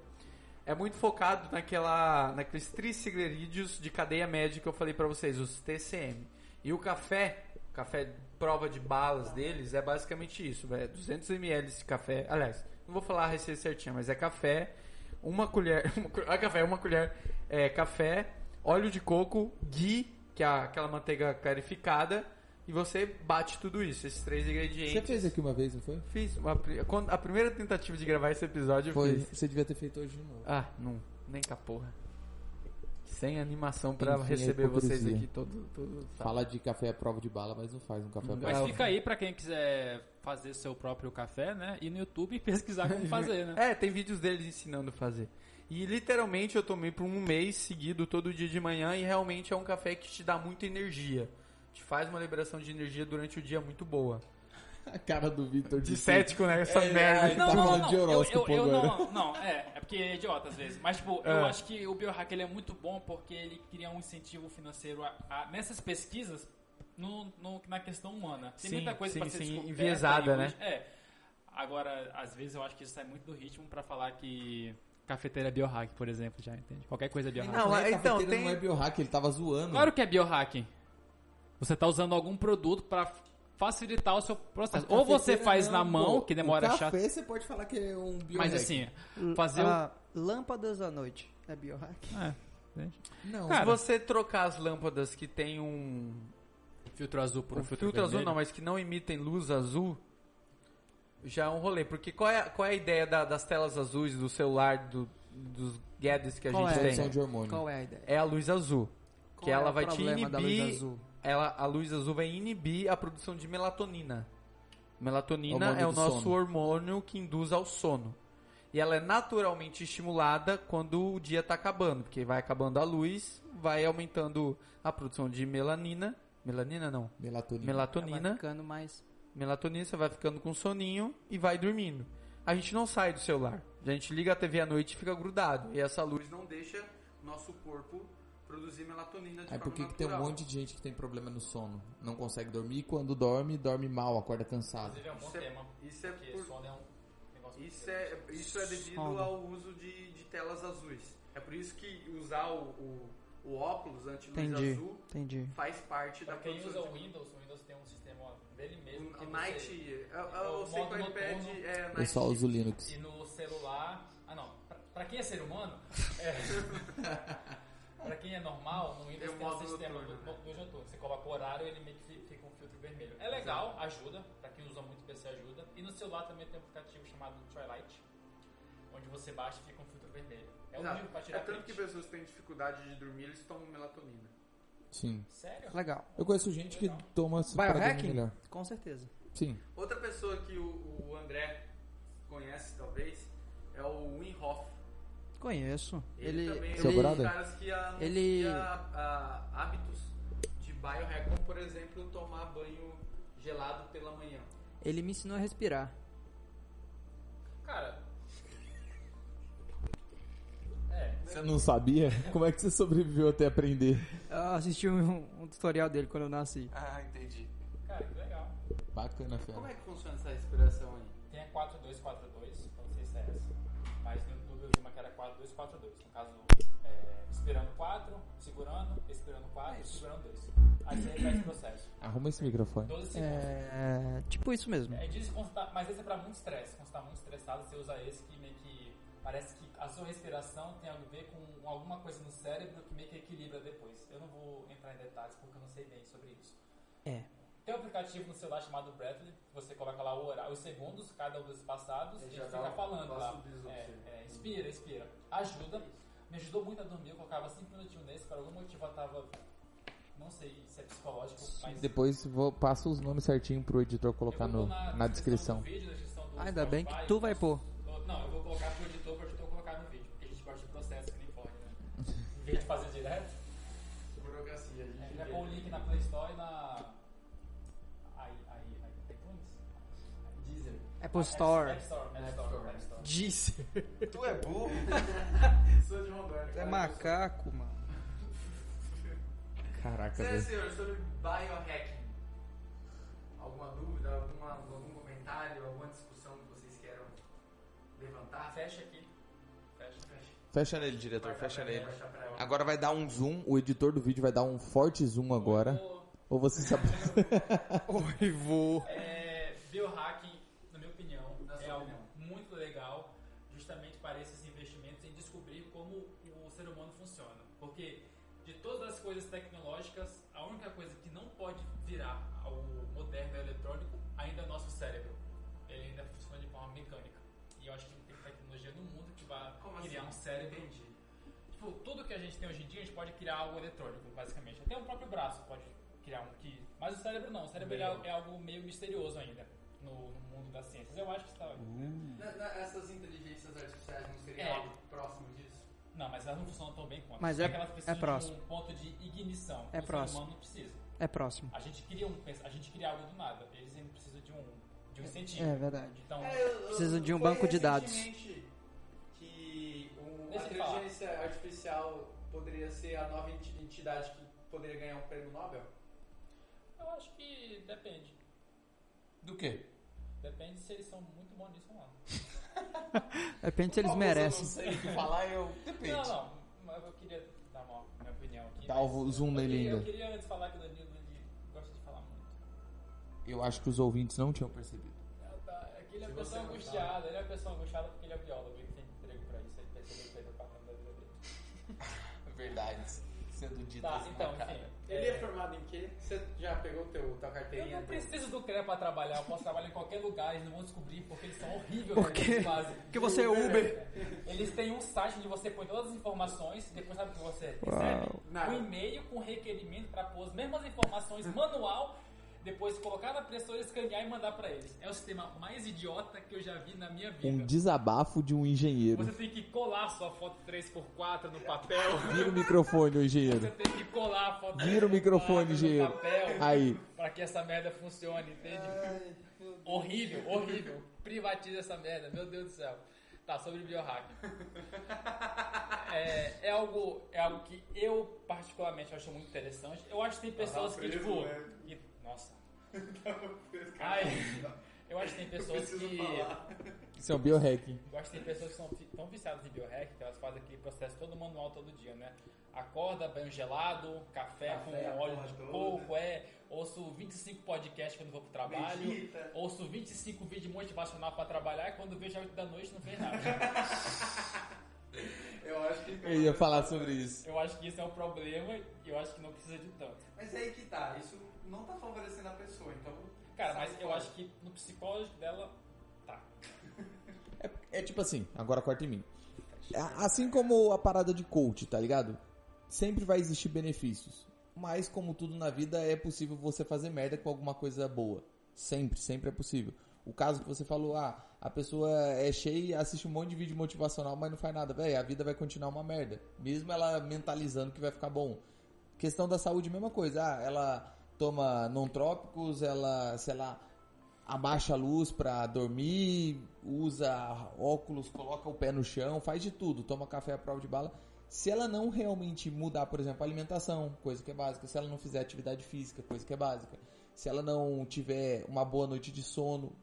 A: É muito focado naquela, naqueles triglicerídeos de cadeia média que eu falei pra vocês, os TCM. E o café, o café prova de balas deles, é basicamente isso, velho. 200 ml de café, aliás, não vou falar a receita certinha, mas é café, uma colher, uma, colher- ah, café, uma colher, é, café, óleo de coco, ghee, que é aquela manteiga clarificada, e você bate tudo isso, esses três ingredientes.
B: Você fez aqui uma vez, não foi?
A: Fiz uma pri- quando- a primeira tentativa de gravar esse episódio eu
B: Foi.
A: fiz.
B: Você devia ter feito hoje de novo.
A: Ah, não. Nem com a porra. Sem animação pra
B: Enfim, é
A: receber vocês
B: hipocrisia.
A: aqui todo, todo sábado.
B: Tá. Fala de café à prova de bala, mas não faz um café à
A: é
B: prova.
E: Mas fica aí pra quem quiser fazer seu próprio café, né? E no YouTube pesquisar como fazer, né?
A: É, tem vídeos deles ensinando a fazer. E literalmente eu tomei por um mês seguido, todo dia de manhã, e realmente é um café que te dá muita energia. Te faz uma liberação de energia durante o dia muito boa.
B: A cara do Vitor
A: De cético, né? Essa
B: merda.
A: merda.
B: Tá falando de horóscopo
E: eu, eu, eu
B: agora.
E: não, não, é, é porque é idiota às vezes. Mas, tipo, eu acho que o biohack ele é muito bom porque ele cria um incentivo financeiro a- a- nessas pesquisas no, no- na questão humana. Tem
A: Sim,
E: muita coisa
A: sim,
E: pra ser
A: sim,
E: descoberta
A: enviesada,
E: e-
A: né?
E: É. Agora, às vezes eu acho que isso sai muito do ritmo pra falar que cafeteira é biohack, por exemplo, já entende? Qualquer coisa é biohack.
A: Não,
B: é,
A: então,
B: cafeteiro
A: tem-
B: não é biohack, ele tava zoando.
E: Claro que é biohacking. Você tá usando algum produto pra facilitar o seu processo. Ou
A: é
E: você
B: Cafeteiro é
E: faz
B: não,
E: na
B: pô.
E: mão, que demora
B: o
E: chato.
B: café você pode falar que é um biohack.
E: Mas assim, fazer o.
D: Ah, Lâmpadas à noite. É biohack.
B: Não,
A: Se
E: Cara.
A: você trocar as lâmpadas que tem um,
E: Filtro azul por
A: O
E: um
A: filtro azul não, mas que não emitem luz azul, já é um rolê. Porque qual é, qual é a ideia da- das telas azuis do celular, do- dos gadgets que a
D: Qual
A: gente
D: é?
B: produção
A: tem?
B: de hormônio.
D: Qual é a ideia?
A: É a luz azul.
D: Qual
A: que
D: é
A: ela
D: o
A: vai te
D: problema da luz
A: inibir-
D: azul?
A: Ela, a luz azul vai inibir a produção de melatonina. Melatonina
B: Hormônio
A: é o
B: do
A: nosso
B: sono.
A: hormônio que induz ao sono. E ela é naturalmente estimulada quando o dia está acabando, porque vai acabando a luz, vai aumentando a produção de melanina. Melanina não,
E: é?
B: Melatonina.
A: melatonina.
D: Vai ficando mais...
A: Melatonina, você vai ficando com soninho e vai dormindo. A gente não sai do celular. A gente liga a TV à noite e fica grudado. E essa luz não deixa nosso corpo produzir melatonina de
B: Aí
A: forma
B: por que que tem um
A: natural.
B: monte de gente que tem problema no sono? Não consegue dormir e quando dorme, dorme mal, acorda cansado.
E: Inclusive é um bom
A: Isso é-
E: tema.
A: Isso é,
E: Porque
A: por-
E: sono é um negócio muito
A: isso é, isso é devido
D: Sono.
A: ao uso de, de telas azuis. É por isso que usar o, o, o óculos anti-luz
D: Entendi.
A: azul
D: Entendi.
A: faz parte da
E: Pra quem usa
A: produção.
E: o Windows, o Windows tem um sistema dele mesmo.
A: O,
E: que
A: o
E: você-
A: Night... Eu,
E: o
A: eu sei que o
E: modo
A: iPad
E: noturno.
A: é
B: Eu
A: Night...
B: só uso Linux.
E: E no celular. Ah, não. Pra, pra quem é ser humano. É, pra quem é normal, no
A: Tem
E: Windows
A: o
E: tem, um
A: modo
E: sistema
A: noturno, né?
E: do, do jantor. Você coloca o horário ele meio que fi- fica um filtro vermelho. É legal, ajuda. Pra quem usa muito PC, ajuda. E no celular também tem um aplicativo chamado Twilight. onde você baixa e fica um filtro vermelho. É o
A: Exato.
E: único pra tirar
A: É tanto que
E: print.
A: pessoas que têm dificuldade de dormir, eles tomam melatonina.
B: Sim.
E: Sério?
D: Legal.
B: Eu conheço gente que toma esse
D: Biohacking?
B: melhor.
D: Com certeza.
B: Sim.
A: Outra pessoa que o, o André conhece, talvez, é o Winhoff.
D: Conheço.
A: Ele,
D: Ele.
A: também
B: Seu
A: é um dos
B: brother?
A: caras que anuncia
D: Ele-
A: ah, hábitos de biohack, como, por exemplo, tomar banho gelado pela manhã.
D: ele me ensinou a respirar.
E: Cara. É.
B: Você não sabia? Como é que você sobreviveu até aprender?
D: Eu assisti um, um tutorial dele quando eu nasci.
C: Ah, entendi.
E: Cara, que legal.
B: Bacana,
A: Como
B: fera.
A: é que funciona essa respiração aí?
E: Tem a 4242, eu não sei se é essa. Mas no YouTube eu vi uma que era 4242. No caso, é, expirando 4, segurando, expirando 4, segurando 2. Aí você repete o processo.
B: Arruma esse microfone.
E: 12 segundos.
D: É. Tipo isso mesmo.
E: É disso quando você tá- mas esse é pra muito estresse. Quando você tá muito estressado, você usa esse que meio que. Parece que a sua respiração tem a ver com alguma coisa no cérebro que meio que equilibra depois. Eu não vou entrar em detalhes porque eu não sei bem sobre isso.
D: É.
E: Tem um aplicativo no celular chamado Breathly, que você coloca lá o horário, os segundos, cada um dos passados, e
A: Ele já
E: fica
A: dá um-
E: falando
A: dá
E: lá.
A: subis no
E: É,
A: seu.
E: é, inspira, inspira. Ajuda. Me ajudou muito a dormir, eu colocava 5 minutinhos nesse, por algum motivo eu tava. Não sei se é psicológico, mas.
B: Depois vou, passa os nomes certinho pro editor colocar
E: Eu vou
B: no,
E: pôr
B: na descrição.
E: do vídeo, na descrição do
D: Ah, ainda bem
E: Spotify,
D: que tu vai pôr.
E: no- Não, eu vou colocar pro editor, pro editor colocar no vídeo, porque a gente gosta de processo que nem pode, né? Em vez de fazer direto,
A: Burocracia.
E: a gente vai pôr o link na Play Store e na. Aí, aí, aí, iTunes? Deezer.
D: Apple É Store.
E: App Store, App Store, App Store.
D: Disse.
C: Tu é burro?
A: Sou de Rondônia.
D: É macaco, mano.
B: Caraca,
A: Senhoras e
B: velho.
A: senhores, sobre biohacking. Alguma dúvida, alguma, algum comentário, alguma discussão que vocês queiram levantar?
E: Fecha aqui. Fecha, fecha.
B: Fecha nele,
A: Vai
B: diretor,
A: dar pra- vai dar pra-
B: Agora vai dar um zoom, o editor do vídeo vai dar um forte zoom agora. Ou você sabe.
D: Oi, vou.
E: É, biohacking, na minha opinião,
A: Na
E: é
A: sua
E: algo
A: opinião.
E: muito legal, justamente para esses investimentos em descobrir como o ser humano funciona. Porque de todas as coisas tecnológicas, a única coisa que não pode virar ao moderno e eletrônico ainda é o nosso cérebro. Ele ainda funciona de forma mecânica. E eu acho que não tem tecnologia no mundo que vá
A: Como
E: criar
A: assim?
E: um cérebro. Tipo, tudo que a gente tem hoje em dia, a gente pode criar algo eletrônico, basicamente. Até o próprio braço pode criar um que. Mas o cérebro não. O cérebro ele é, é algo meio misterioso ainda no, no mundo das ciências. Eu acho que está.
A: Na- na- Essas inteligências artificiais não seriam
E: É.
A: algo próximo disso?
E: Não, mas elas não funcionam tão bem quanto.
D: Mas
E: Só
D: é-
E: que elas
D: é
E: precisam de
D: próximo.
E: um ponto de ignição. que
D: É
E: o
D: próximo.
E: ser humano não precisa.
D: É próximo.
E: A gente cria um, a gente cria algo do nada. Eles ainda precisam de um de um incentivo.
D: É verdade.
E: Então,
D: Precisa de um
A: foi
D: banco de dados.
A: recentemente Que um- a
E: Deixa eu
A: inteligência artificial poderia ser a nova enti- entidade que poderia ganhar um prêmio Nobel?
E: eu acho que depende.
C: Do quê?
E: Depende se eles são muito bons nisso ou não.
D: De repente É eles
C: Eu
D: merecem.
C: não sei o que falar, eu. Depende.
E: Não, não. Mas eu queria dar uma minha opinião aqui.
B: Dá
E: mas
B: o zoom
E: eu
B: nele
E: queria- Eu
B: ainda.
E: queria antes falar que o Danilo ele gosta de falar muito.
B: Eu acho que os ouvintes não tinham percebido.
E: É, tá, é que Ele é uma
A: Se você
E: pessoa
A: não tá-
E: angustiada, ele é uma pessoa angustiada porque ele é biólogo, ele tem emprego pra isso, ele percebeu que ele é patrão da vida dele.
C: Verdade.
B: é
C: Sendo dito
E: Tá,
C: assim,
E: então,
C: cara.
E: enfim.
A: Ele é
E: é, né?
A: formado em quê? Você já pegou teu, tua
E: eu
A: carteirinha?
E: não
A: do-
E: preciso do CREA pra trabalhar, eu posso trabalhar em qualquer lugar, eles não vão descobrir porque eles são horríveis
D: Por
E: né,
D: quê?
E: eles fazem.
D: Porque você é Uber.
E: Eles têm um site onde você põe todas as informações, depois sabe o que você
D: Uau.
E: recebe?
A: Nada.
E: Um e-mail com requerimento para pôr as mesmas
B: Hum.
E: informações manual, depois colocar na pressora, escanear e mandar para eles. É o sistema mais idiota que eu já vi na minha vida.
B: Um desabafo de um engenheiro.
E: Você tem que colar sua foto 3x4 no papel.
B: Vira o microfone, ô
E: Você
B: engenheiro.
E: tem que colar a foto
B: Vira
E: 3x4
B: o microfone,
E: no
B: Gê.
E: papel
B: Aí.
E: pra que essa merda funcione, entende? horrível, horrível. Privatiza essa merda, meu Deus do céu. Tá, sobre biohacking. É, é algo, é algo que eu particularmente acho muito interessante. Eu acho que tem pessoas que, tipo.
A: né?
E: que- nossa. Ai, eu acho que tem pessoas que.
B: Isso é um biohacking.
E: Eu acho que tem pessoas que são fi- tão viciadas em biohack que elas fazem aquele processo todo manual todo dia, né? Acorda, banho gelado, café,
A: a
E: com óleo
A: porra
E: de
A: toda.
E: coco, é. Ouço 25 podcasts quando vou pro trabalho.
A: Medita.
E: Ouço 25 vídeos motivacional pra trabalhar e quando vejo a 8 da noite não fez nada.
A: Eu acho que.
B: Eu ia falar sobre isso.
E: eu acho que isso é um problema e eu acho que não precisa de tanto.
A: Mas aí que tá, isso não tá favorecendo a pessoa, então.
E: Cara,
A: sai
E: mas eu
A: fora.
E: acho que no psicológico dela, tá.
B: É, porque É tipo assim, agora corta em mim. A- Assim como a parada de coach, tá ligado? Sempre vai existir benefícios. Mas, como tudo na vida, é possível você fazer merda com alguma coisa boa. Sempre, sempre é possível. O caso que você falou, ah, a pessoa é cheia, assiste um monte de vídeo motivacional, mas não faz nada. Véi, a vida vai continuar uma merda. Mesmo ela mentalizando que vai ficar bom. Questão da saúde, mesma coisa. Ah, ela toma não trópicos, ela, sei lá, abaixa a luz pra dormir, usa óculos, coloca o pé no chão, faz de tudo, toma café à prova de bala. Se ela não realmente mudar, por exemplo, a alimentação, coisa que é básica, se ela não fizer atividade física, coisa que é básica, se ela não tiver uma boa noite de sono,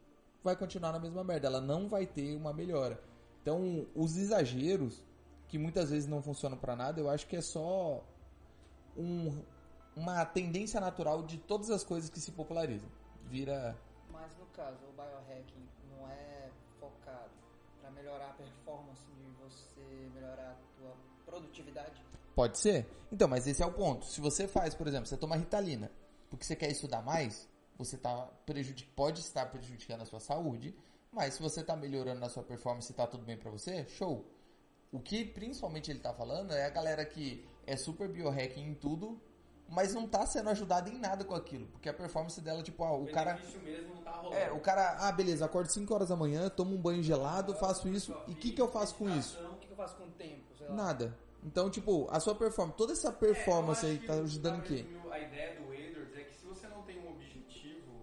B: vai continuar na mesma merda, ela não vai ter uma melhora. Então, os exageros, que muitas vezes não funcionam pra nada, eu acho que é só um- uma tendência natural de todas as coisas que se popularizam. Vira
D: Mas no caso, o biohacking não é focado para melhorar a performance de você, melhorar a tua produtividade?
B: Pode ser? Então, mas esse é o ponto. Se você faz, por exemplo, você toma Ritalina porque você quer estudar mais, você tá prejudi- pode estar prejudicando a sua saúde, mas se você tá melhorando na sua performance e tá tudo bem pra você, show. O que principalmente ele tá falando é a galera que é super biohacking em tudo, mas não tá sendo ajudada em nada com aquilo, porque a performance dela, tipo, ah, o cara...
A: benefício mesmo não tá rolando.
B: É, o cara, ah, beleza, acordo 5 horas da manhã, tomo um banho gelado, faço isso, e o que que eu faço com isso?
D: O que que eu faço com o tempo? Sei lá.
B: Nada. Então, tipo, a sua performance, toda
E: É,
B: essa
A: É,
B: performance aí tá ajudando o quê?
A: A ideia do Edwards é que se você não tem um objetivo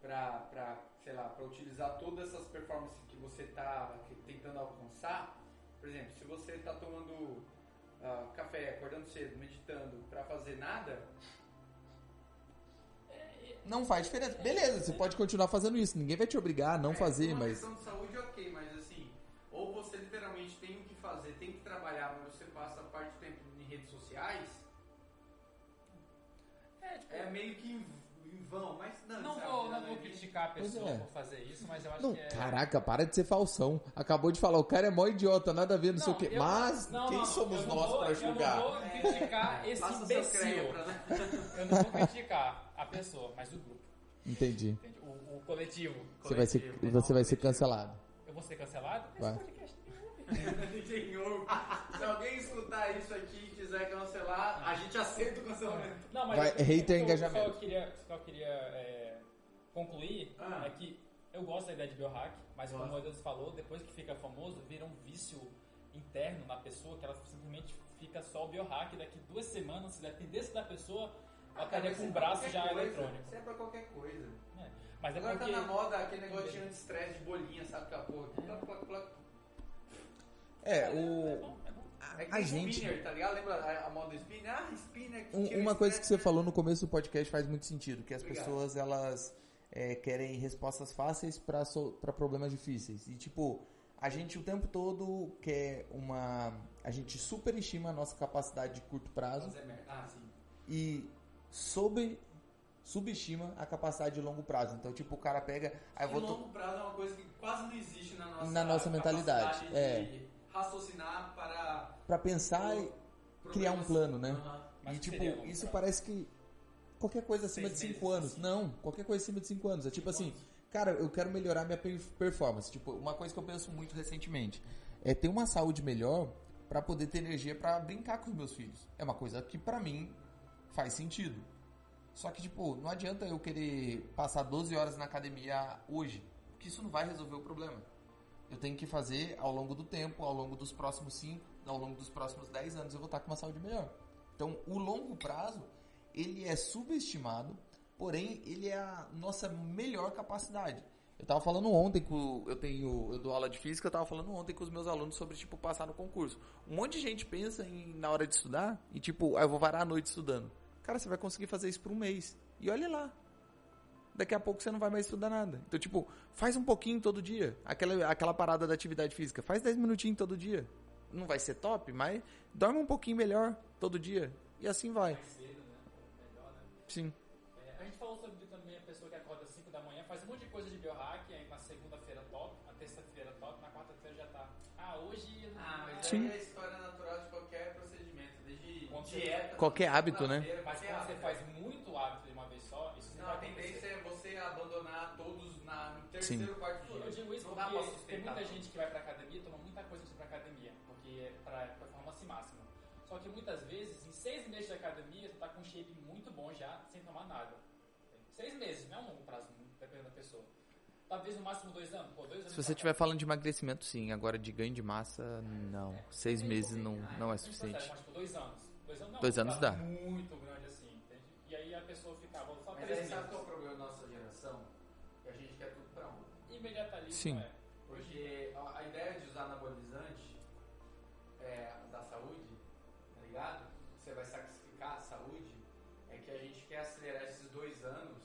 A: pra, pra sei lá, pra utilizar todas essas performances que você tá tentando alcançar, por exemplo, se você tá tomando ah, café, acordando cedo, meditando pra fazer nada,
B: Não faz diferença. Beleza, você pode continuar fazendo isso. Ninguém vai te obrigar a não
A: é,
B: fazer,
A: uma
B: mas.
A: questão de saúde, ok, mas assim, ou você literalmente tem o que fazer, tem que trabalhar, mas você passa parte do tempo em redes sociais,
E: É, tipo,
A: é meio que em, em vão, mas não,
E: não,
A: sabe,
E: vou,
A: né,
E: não vou
A: é bem-
E: criticar a
B: Pois
E: pessoa
B: é.
E: por fazer isso, mas eu acho
B: Não,
E: que é.
B: caraca, para de ser falsão. Acabou de falar, o cara é mó idiota, nada a ver, não, sei o quê.
E: eu-
B: Mas
E: não,
B: quem
E: não,
B: somos
E: eu não
B: nós
E: vou-
B: pra julgar?
E: Eu não vou criticar esse
A: Passa É. o seu
E: imbecil.
A: creio pra lá.
E: Eu não vou criticar a pessoa, mas o grupo,
B: Entendi.
E: entende? O, o coletivo.
B: Você vai ser,
A: Coletivo,
E: então.
B: você vai ser cancelado.
E: Eu vou ser cancelado? Esse
B: Vai.
E: podcast
A: Senhor, se alguém escutar isso aqui e quiser cancelar, a gente aceita o cancelamento.
E: Não, mas
B: Vai-
E: eu-
B: hater
E: eu
B: engajamento.
E: Só queria, só queria é, concluir
A: Ah.
E: é que eu gosto da ideia de biohack, mas como
A: Gosto.
E: o Deus falou, depois que fica famoso, vira um vício interno na pessoa que ela simplesmente fica só o biohack. Daqui duas semanas, se dependesse da pessoa,
A: Ah,
E: ela estaria
A: é
E: com o braço já eletrônico.
A: Isso é pra qualquer coisa.
E: né? Mas é
A: Agora
E: porque.
A: tá na moda aquele negócio de anti-estresse de bolinha, sabe? Que a porra. Plac, plac, plac.
B: É,
E: É
B: o.
E: bom, é bom.
A: É que
B: A
A: tem
B: gente.
A: Spinner, tá ligado? Lembra a, a moda spinner? Ah, spinner. que
B: Um-
A: tira
B: uma
A: o
B: coisa que
A: estresse,
B: você
A: né?
B: falou no começo do podcast faz muito sentido, que as
A: Obrigado.
B: pessoas elas é, querem respostas fáceis para problemas difíceis. E tipo, a gente o tempo todo quer uma, a gente superestima a nossa capacidade de curto prazo
A: Fazer merda. Ah, sim.
B: e sobre subestima a capacidade de longo prazo. Então tipo o cara pega, aí eu
A: E
B: vou to-
A: longo prazo é uma coisa que quase não existe na nossa,
B: Na nossa mentalidade,
A: capacidade
B: é.
A: de raciocinar para
B: pra pensar e criar um
A: problemas.
B: plano, né?
A: Aham.
E: Mas
B: e
E: que seria
B: tipo,
E: longo
B: isso
E: prazo?
B: parece que qualquer coisa acima
A: Seis
B: de 5
A: meses,
B: anos. Não, qualquer coisa acima de 5 anos. É tipo assim, cara, eu quero melhorar minha per- performance. Tipo, uma coisa que eu penso muito recentemente é ter uma saúde melhor pra poder ter energia pra brincar com os meus filhos. É uma coisa que pra mim faz sentido. Só que tipo, não adianta eu querer passar 12 horas na academia hoje, porque isso não vai resolver o problema. Eu tenho que fazer ao longo do tempo, ao longo dos próximos 5, ao longo dos próximos 10 anos, eu vou estar com uma saúde melhor. Então, o longo prazo, ele é subestimado, porém, ele é a nossa melhor capacidade. Eu tava falando ontem com eu tenho eu dou aula de física, eu tava falando ontem com os meus alunos sobre tipo passar no concurso. Um monte de gente pensa em na hora de estudar e tipo, ah, eu vou varar a noite estudando. Cara, você vai conseguir fazer isso por um mês. E olha lá, daqui a pouco você não vai mais estudar nada. Então, tipo, faz um pouquinho todo dia. Aquela, aquela parada da atividade física. Faz 10 minutinhos todo dia. Não vai ser top, mas dorme um pouquinho melhor todo dia. E assim vai. Sim.
E: É, A gente falou sobre também a pessoa que acorda às 5 da manhã, faz um monte de coisa de biohack, aí na segunda-feira top, na terça-feira top, na quarta-feira já tá. Ah, hoje. eu não-
A: Ah, mas
B: Sim.
A: aí é a história natural de qualquer procedimento, desde
E: Quando você-
A: dieta.
B: Qualquer hábito, né?
A: segunda-feira,
E: Mas
A: qualquer
E: quando você
A: hábito.
E: faz muito hábito de uma vez só, isso
A: é
E: não,
A: Não, a
E: vai acontecer.
A: tendência é você abandonar todos na, no
K: Sim.
A: quarto dia.
E: Eu digo isso
A: Não dá pra
E: porque tem
A: sustentar
E: muita gente que vai pra academia, toma muita coisa pra academia, porque é pra performance máxima. Só que muitas vezes, em seis meses de academia, tu tá com um shape muito bom já, sem tomar nada. Seis meses, não é um longo prazo, dependendo da pessoa. Talvez no máximo dois anos, pô, dois anos.
B: Se você
E: pra
B: estiver falando de emagrecimento, sim. Agora, de ganho de massa, não. Seis meses não, não é
E: Não consegue,
B: suficiente.
E: mas, tipo, dois anos. Dois anos, não,
B: Dois
E: um
B: anos
E: prazo
B: dá.
E: Muito grande assim, entende? E aí a pessoa fica, vou só
A: Mas
E: três
A: aí sabe
E: meses.
A: qual é o problema da nossa geração? Que a gente quer tudo pra um.
E: Imediatamente,
B: Sim.
E: é.
A: Porque a, a ideia de usar anabolizante é, da saúde, tá ligado? Você vai sacrificar a saúde. É que a gente quer acelerar esses dois anos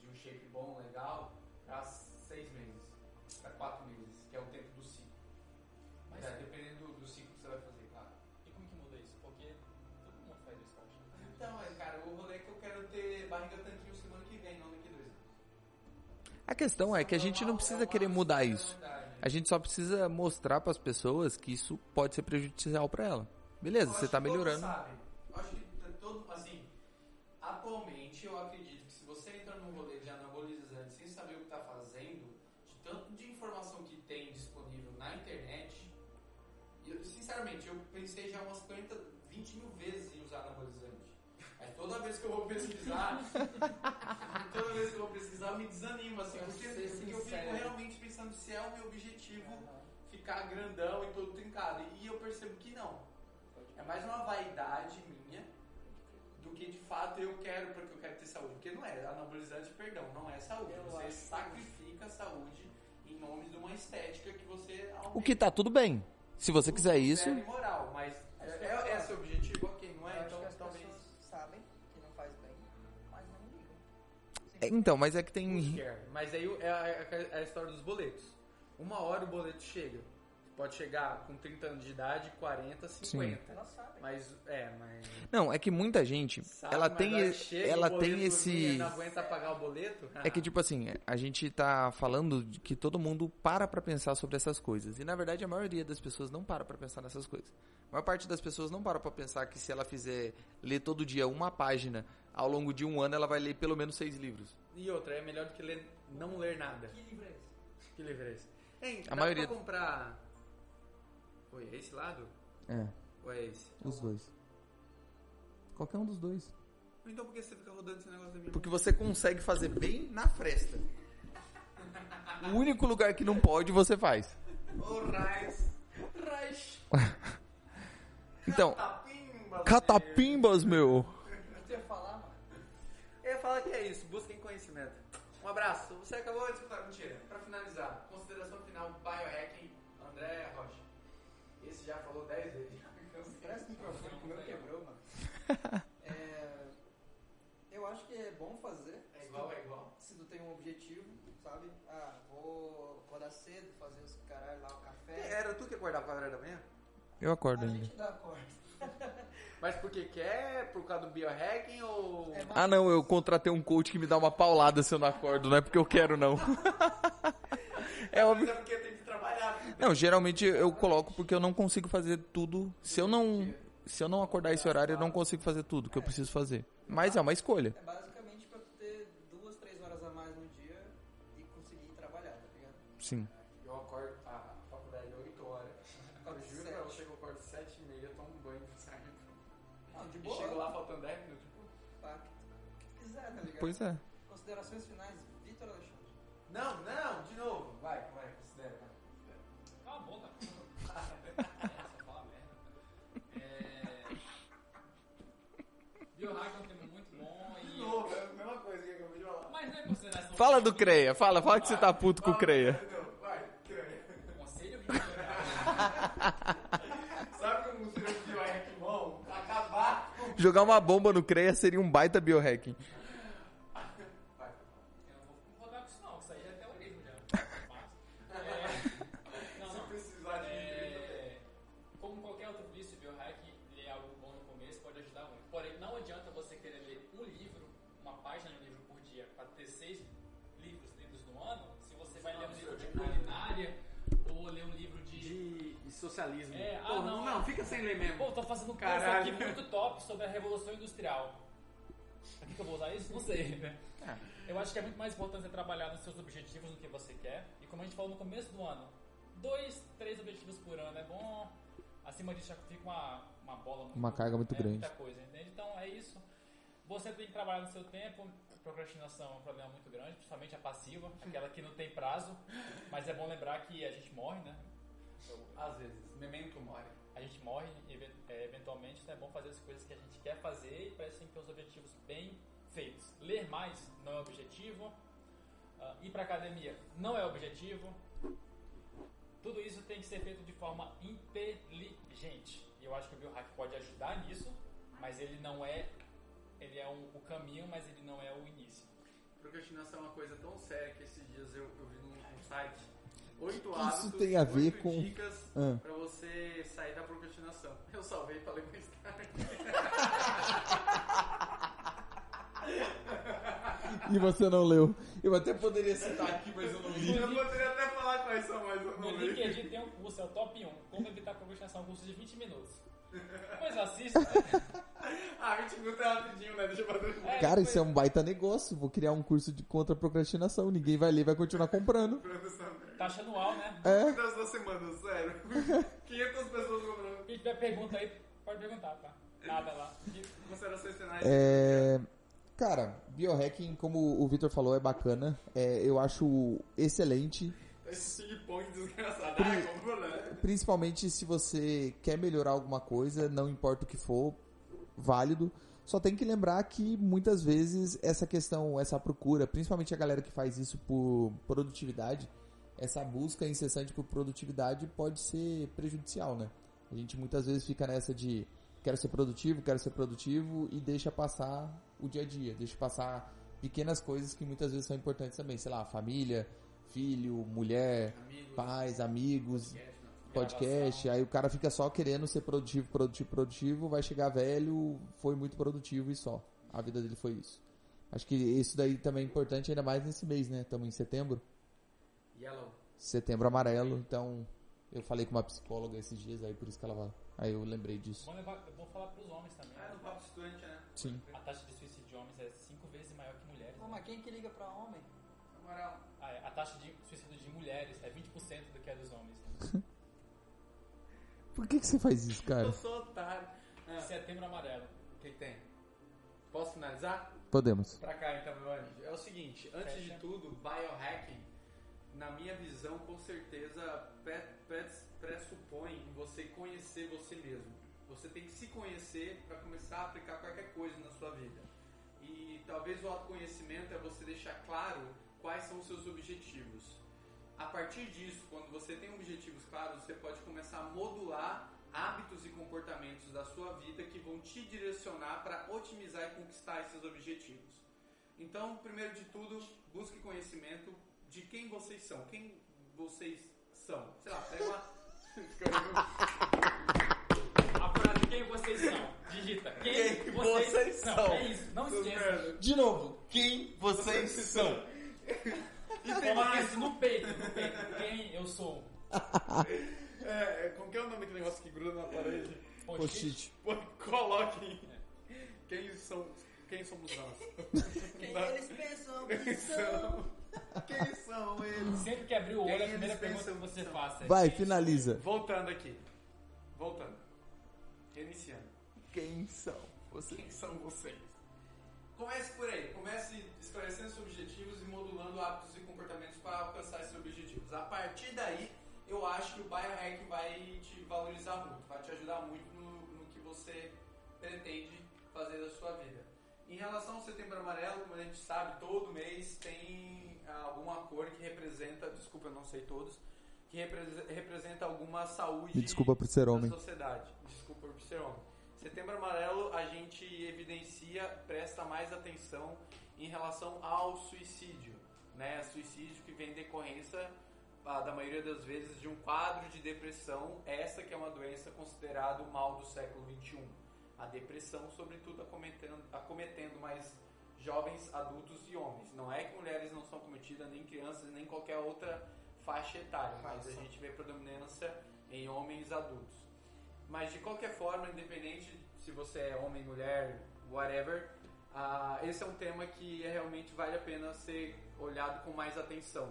A: de um shape bom, legal, pra seis meses, pra quatro meses, que é o tempo do ciclo.
E: Mas-
A: É, dependendo do, do ciclo que você vai fazer, claro.
E: E como que muda isso? Porque todo mundo faz né? isso, eu acho.
A: Então, mas, cara, o rolê é que eu quero ter barriga tanquinho semana que vem, não daqui dois anos.
B: A questão é que a gente não precisa querer mudar isso.
A: Verdade.
B: A gente só precisa mostrar pras pessoas que isso pode ser prejudicial pra ela. Beleza, você tá melhorando.
A: Eu acho que todo, assim, atualmente eu acredito que se você entra num rolê de anabolizante sem saber o que tá fazendo, de tanto de informação que tem disponível na internet, eu, sinceramente, eu pensei já umas 40, 20 mil vezes em usar anabolizante. Mas toda vez que eu vou pesquisar, toda vez que eu vou pesquisar, eu me desanimo, assim, porque, porque eu fico realmente pensando se é o meu objetivo ficar grandão e todo trincado. E eu percebo que não. É mais uma vaidade minha do que de fato eu quero porque eu quero ter saúde. Porque não é anabolizante, perdão, não é saúde. você sacrifica a saúde em nome de uma estética que você
B: O que tá tudo bem. Se você quiser isso,
A: é moral, mas é, é, é seu objetivo, ok, não
D: Eu
A: é?
D: acho
A: Então
D: que as
A: talvez.
D: pessoas sabem que não faz bem, mas não ligam.
B: então, mas é que tem.
A: Quer. Mas aí é a, é a história dos boletos. Uma hora o boleto chega. Pode chegar com 30 anos de idade, 40, 50.
D: Elas sabem.
A: Mas, é, mas.
B: Não, é que muita gente, ela
A: mas
B: tem,
A: aí chega o
B: ela
A: boleto
B: tem
A: e
B: esse,
A: Não aguenta pagar o boleto?
B: É que, tipo assim, a gente tá falando de que todo mundo para pra pensar sobre essas coisas. E, na verdade, a maioria das pessoas não para pra pensar nessas coisas. A maior parte das pessoas não para pra pensar que se ela fizer ler todo dia uma página, ao longo de um ano, ela vai ler pelo menos seis livros.
A: E outra, é melhor do que ler, não ler nada.
D: Que livro é esse?
A: Que livro é esse? Hein,
B: A
A: dá
B: maioria-
A: pra comprar... Oi, é esse lado?
K: É,
A: Ou é esse?
K: os dois. Qualquer um dos dois.
A: Então por que você fica rodando esse negócio da minha
B: Porque você consegue fazer bem na fresta. O único lugar que não pode, você faz.
A: mão? Ô, Raiz! Raiz!
B: Então,
A: Catapimba!
B: catapimbas, meu!
D: Você ia falar, mano?
A: Eu ia falar que é isso, busquem conhecimento. Um abraço, você acabou de escutar, mentira. Pra finalizar, consideração final, biohacking, André Rocha. Esse já falou 10 vezes.
D: Parece microfone que o meu quebrou, mano. É, eu acho que é bom fazer.
A: É igual, é igual.
D: Se tu tem um objetivo, sabe? Ah, vou acordar cedo, fazer os caralho lá, o
B: É.
D: café.
A: É, Era tu que acordava 4 horas da manhã?
B: Eu acordo
D: A
B: ainda.
D: gente dá corda.
A: Mas porque quer? é? Por causa do biohacking ou.
D: É,
B: Ah, não, eu contratei um coach que me dá uma paulada se eu não acordo, não é porque eu quero, não. É óbvio
A: Mas é porque tem que trabalhar.
B: Não, geralmente eu coloco porque eu não consigo fazer tudo. Se eu não, se eu não acordar esse horário, eu não consigo fazer tudo que eu preciso fazer. Mas é uma escolha.
D: É basicamente pra tu ter duas, três horas a mais no dia e conseguir trabalhar, tá ligado?
B: Sim.
A: Eu acordo a faculdade 8 horas. Eu juro pra você que eu acordo 7 e meia, tomo um banho e saio.
D: Não, de
A: E chego
D: boa,
A: lá faltando 10 minutos. tipo,
D: pá, que tu quiser, tá ligado?
B: Pois é.
D: Considerações finais, Vitor Alexandre.
A: Não, não, de novo. Vai, vai, considera. vai.
E: Cala a boca. Você fala merda. É... Biohack é um tema muito bom
A: De
E: e...
A: novo, é a mesma coisa que eu acabei de falar.
E: Mas não é consideração...
B: Fala do Creia, fala, fala que você tá puto com o Creia.
A: De novo, vai, creia.
E: Conselho Rio
A: Sabe como seria o biohacking é bom? Acabar com.
B: Jogar uma bomba no Creia seria um baita biohacking.
E: Eu não vou rodar com isso não, que isso aí já é terrorismo já. Mas, é, não,
A: Se
E: não.
A: precisar de.
E: É, como qualquer outro vício, biohack, ler algo bom no começo pode ajudar muito. Porém, não adianta você querer ler um livro, uma página de um livro por dia, para ter seis livros, livros no ano, se você vai ler um livro de culinária ou ler um livro de...
A: De socialismo.
E: É, ah,
A: Pô,
E: não.
A: fica sem ler mesmo.
E: Pô, tô fazendo um curso
A: Caralho.
E: aqui muito top sobre a Revolução Industrial. Aqui que eu vou usar isso? Não sei, né? Eu acho que é muito mais importante você trabalhar nos seus objetivos do que você quer. E como a gente falou no começo do ano, dois, três objetivos por ano é bom. Acima disso já fica uma, uma bola muito
B: Uma carga muito
E: é
B: grande.
E: Muita coisa, entende? Então é isso. Você tem que trabalhar no seu tempo. Procrastinação é um problema muito grande, principalmente a passiva, aquela que não tem prazo. Mas é bom lembrar que a gente morre, né?
A: Às vezes, memento mori.
E: a gente morre e eve- é, eventualmente, então é bom fazer as coisas que a gente quer fazer e parece que tem que ter os objetivos bem feitos. Ler mais não é objetivo, ah, ir para academia não é objetivo. Tudo isso tem que ser feito de forma inteligente. E eu acho que o biohack pode ajudar nisso, mas ele não é ele é um- o caminho, mas ele não é o início.
A: Procrastinação é uma coisa tão séria que esses dias eu, eu vi num, num site. Oito
B: que
A: hábitos,
B: isso tem a ver
A: oito
B: com-
A: dicas
B: Ah.
A: pra você sair da procrastinação. Eu salvei e falei pro Instagram.
B: E você não leu.
L: Eu até poderia citar aqui, mas eu não li.
A: Eu poderia até falar quais são, mas eu
E: No
A: não li.
E: LinkedIn tem um curso, é o top 1, como evitar procrastinação, um curso de 20 minutos. Pois assista.
A: Ah, 20 minutos é rapidinho, né? Deixa eu fazer.
E: É,
B: Cara,
E: depois-
B: isso é um baita negócio. Vou criar um curso de contra procrastinação. Ninguém vai ler, vai continuar comprando. um
E: Taxa anual, né?
B: É.
A: Muitas duas semanas, sério. 500 pessoas comprando.
E: Se tiver pergunta aí, pode perguntar, tá? Nada lá.
A: Considerações finais.
B: É, Cara, biohacking, como o Victor falou, é bacana. É, eu acho excelente.
A: Esse ping-pong desgraçado. Ah, comprou, né?
B: Principalmente se você quer melhorar alguma coisa, não importa o que for, válido. Só tem que lembrar que muitas vezes essa questão, essa procura, principalmente a galera que faz isso por produtividade, essa busca incessante por produtividade pode ser prejudicial, né? A gente muitas vezes fica nessa de quero ser produtivo, quero ser produtivo e deixa passar o dia a dia, deixa passar pequenas coisas que muitas vezes são importantes também, sei lá, família, filho, mulher, pais, amigos, podcast, aí o cara fica só querendo ser produtivo, produtivo, produtivo, vai chegar velho, foi muito produtivo e só. A vida dele foi isso. Acho que isso daí também é importante, ainda mais nesse mês, né? Estamos em setembro.
A: Yellow.
B: Setembro amarelo, então eu falei com uma psicóloga esses dias, aí por isso que ela vai. Aí eu lembrei disso.
E: Vou levar- eu vou falar pros homens também.
A: Ah, no papo estudante, né?
B: Sim.
E: A taxa de suicídio de homens é cinco vezes maior que mulheres.
D: Pô, mas quem que liga pra homem?
A: Na moral.
E: Ah, é. a taxa de suicídio de mulheres é 20% do que a dos homens.
A: Ah.
B: Por que, que você faz isso, cara?
A: Eu sou otário. Ah.
E: é Setembro amarelo.
A: O que, que tem? Posso finalizar?
B: Podemos.
A: Pra cá então, meu anjo. É o seguinte, antes
E: Fecha.
A: de tudo, biohacking, na minha visão, com certeza, pre- pre- pressupõe você conhecer você mesmo. Você tem que se conhecer para começar a aplicar qualquer coisa na sua vida. E talvez o autoconhecimento é você deixar claro quais são os seus objetivos. A partir disso, quando você tem objetivos claros, você pode começar a modular hábitos e comportamentos da sua vida que vão te direcionar para otimizar e conquistar esses objetivos. Então, primeiro de tudo, busque conhecimento de quem vocês são. Quem vocês são. Sei lá, pega uma.
E: Apurar de quem vocês são. Digita. Quem,
L: Quem
E: vocês,
L: vocês
E: são.
L: são.
E: É isso. Não esqueça.
L: De novo, quem vocês são?
E: Coloca isso no peito. No peito. Quem eu sou.
A: É, como que é o nome daquele negócio que gruda na parede?
E: Post-it.
A: Pô, Coloquem. Quem são. Quem somos nós?
D: Quem
A: Não.
D: eles pensam que são?
A: Quem são eles?
E: Sempre que abrir o olho, a
A: Quem
E: primeira
A: eles
E: pergunta que
A: pensam
E: você
A: que são.
E: faça é
B: Vai, finaliza.
A: Voltando aqui. Voltando. Reiniciando.
L: Quem são? Vocês.
A: Quem são vocês? Comece por aí. Comece esclarecendo seus objetivos e modulando hábitos e comportamentos para alcançar esses objetivos. A partir daí, eu acho que o biohack vai te valorizar muito, vai te ajudar muito no, no que você pretende fazer da sua vida. Em relação ao Setembro Amarelo, como a gente sabe, todo mês tem ah, alguma cor que representa, desculpa, eu não sei todos, que represe- representa alguma saúde
B: Me desculpa por ser homem.
A: da sociedade. Desculpa por ser homem. Setembro Amarelo a gente evidencia, presta mais atenção em relação ao suicídio, né? Suicídio que vem decorrência ah, da maioria das vezes de um quadro de depressão, essa que é uma doença considerada o mal do século XXI. A depressão, sobretudo, acometendo, acometendo mais jovens, adultos e homens. Não é que mulheres não são cometidas, nem crianças, nem qualquer outra faixa etária, mas a gente vê predominância em homens adultos. Mas de qualquer forma, independente se você é homem, mulher, whatever, ah, esse é um tema que é, realmente vale a pena ser olhado com mais atenção.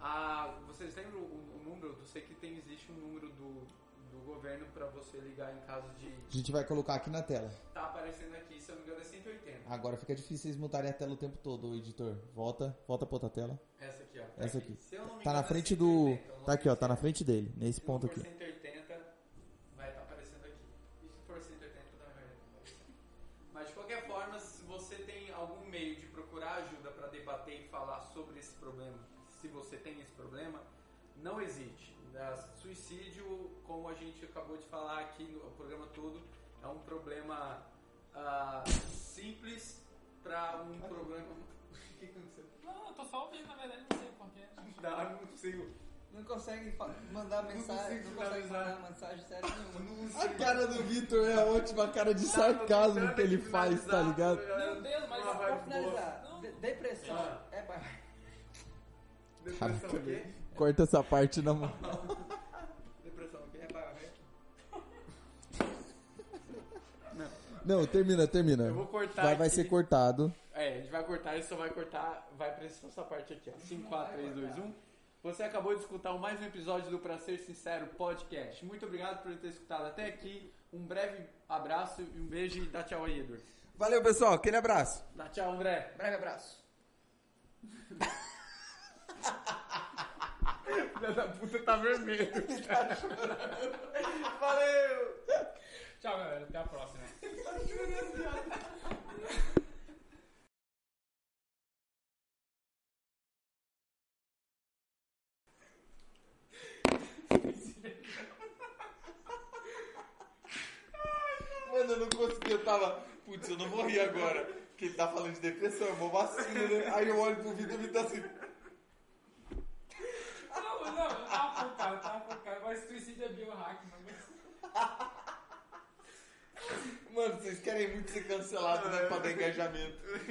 A: Ah, vocês lembram o, o número? Eu sei que tem, existe um número do, do governo para você ligar em caso de.
B: A gente vai colocar aqui na tela.
A: Tá aparecendo aqui, se eu não me engano, é 180.
B: Agora fica difícil vocês mutarem a tela o tempo todo, ô editor. Volta, volta pra outra tela.
A: Essa aqui, ó. Tá
B: Essa aqui.
A: Se eu não me
B: Tá na
A: engano, é
B: frente do.
A: 180, eu não
B: Tá aqui, ó.
A: sei
B: Tá
A: se
B: na frente dele, nesse
A: se
B: ponto
A: não for
B: aqui.
A: 180, vai estar aparecendo aqui. E se for 180, na verdade, não vai aparecer. Mas de qualquer forma, se você tem algum meio de procurar ajuda para debater e falar sobre esse problema, se você tem esse problema, não hesite. Ah, Suicídio, como a gente acabou de falar aqui no programa todo, é um problema ah, simples para um problema. O que aconteceu?
E: Não, eu tô só ouvindo, na verdade, não sei porquê.
A: Não, não consigo.
D: Não consegue fa- mandar mensagem, não,
A: consigo
D: consegue
A: finalizar.
D: mandar mensagem séria nenhuma.
B: A cara do Vitor é a ótima cara
A: Tá
B: de sarcasmo que ele faz, tá ligado?
E: Meu Deus, mas
A: Uma
D: Pra
A: raiva
D: finalizar, de- depressão
A: Ah.
D: é bairro.
A: Depressão o quê?
B: Corta essa parte na mão.
A: Depressão o quê? É bairro, né?
B: Não, termina, termina.
A: Eu vou cortar
B: É. Vai, vai
A: aqui.
B: ser cortado.
A: É, a gente vai cortar, ele só vai cortar, vai pra essa essa parte aqui, ó. 5, 4, 3, 2, 1. Você acabou de escutar mais um episódio do Pra Ser Sincero Podcast. Muito obrigado por ter escutado até aqui. Um breve abraço e um beijo e dá tchau aí, Edu.
B: Valeu, pessoal. Aquele abraço.
A: Dá tchau, André.
D: Breve abraço.
A: Filha da puta tá vermelho. Valeu!
E: Tchau, galera. Até a próxima.
C: Mano, eu não consegui, eu tava. Putz, eu não vou rir agora. Porque ele tá falando de depressão, é mó vacilo, né? Aí eu olho pro Vitor e o Vitor tá assim.
E: Não, não, eu tava focado, eu tava focado. Mas suicídio é biohack, não mas...
C: Mano, vocês querem muito ser cancelados, né? Pra dar engajamento.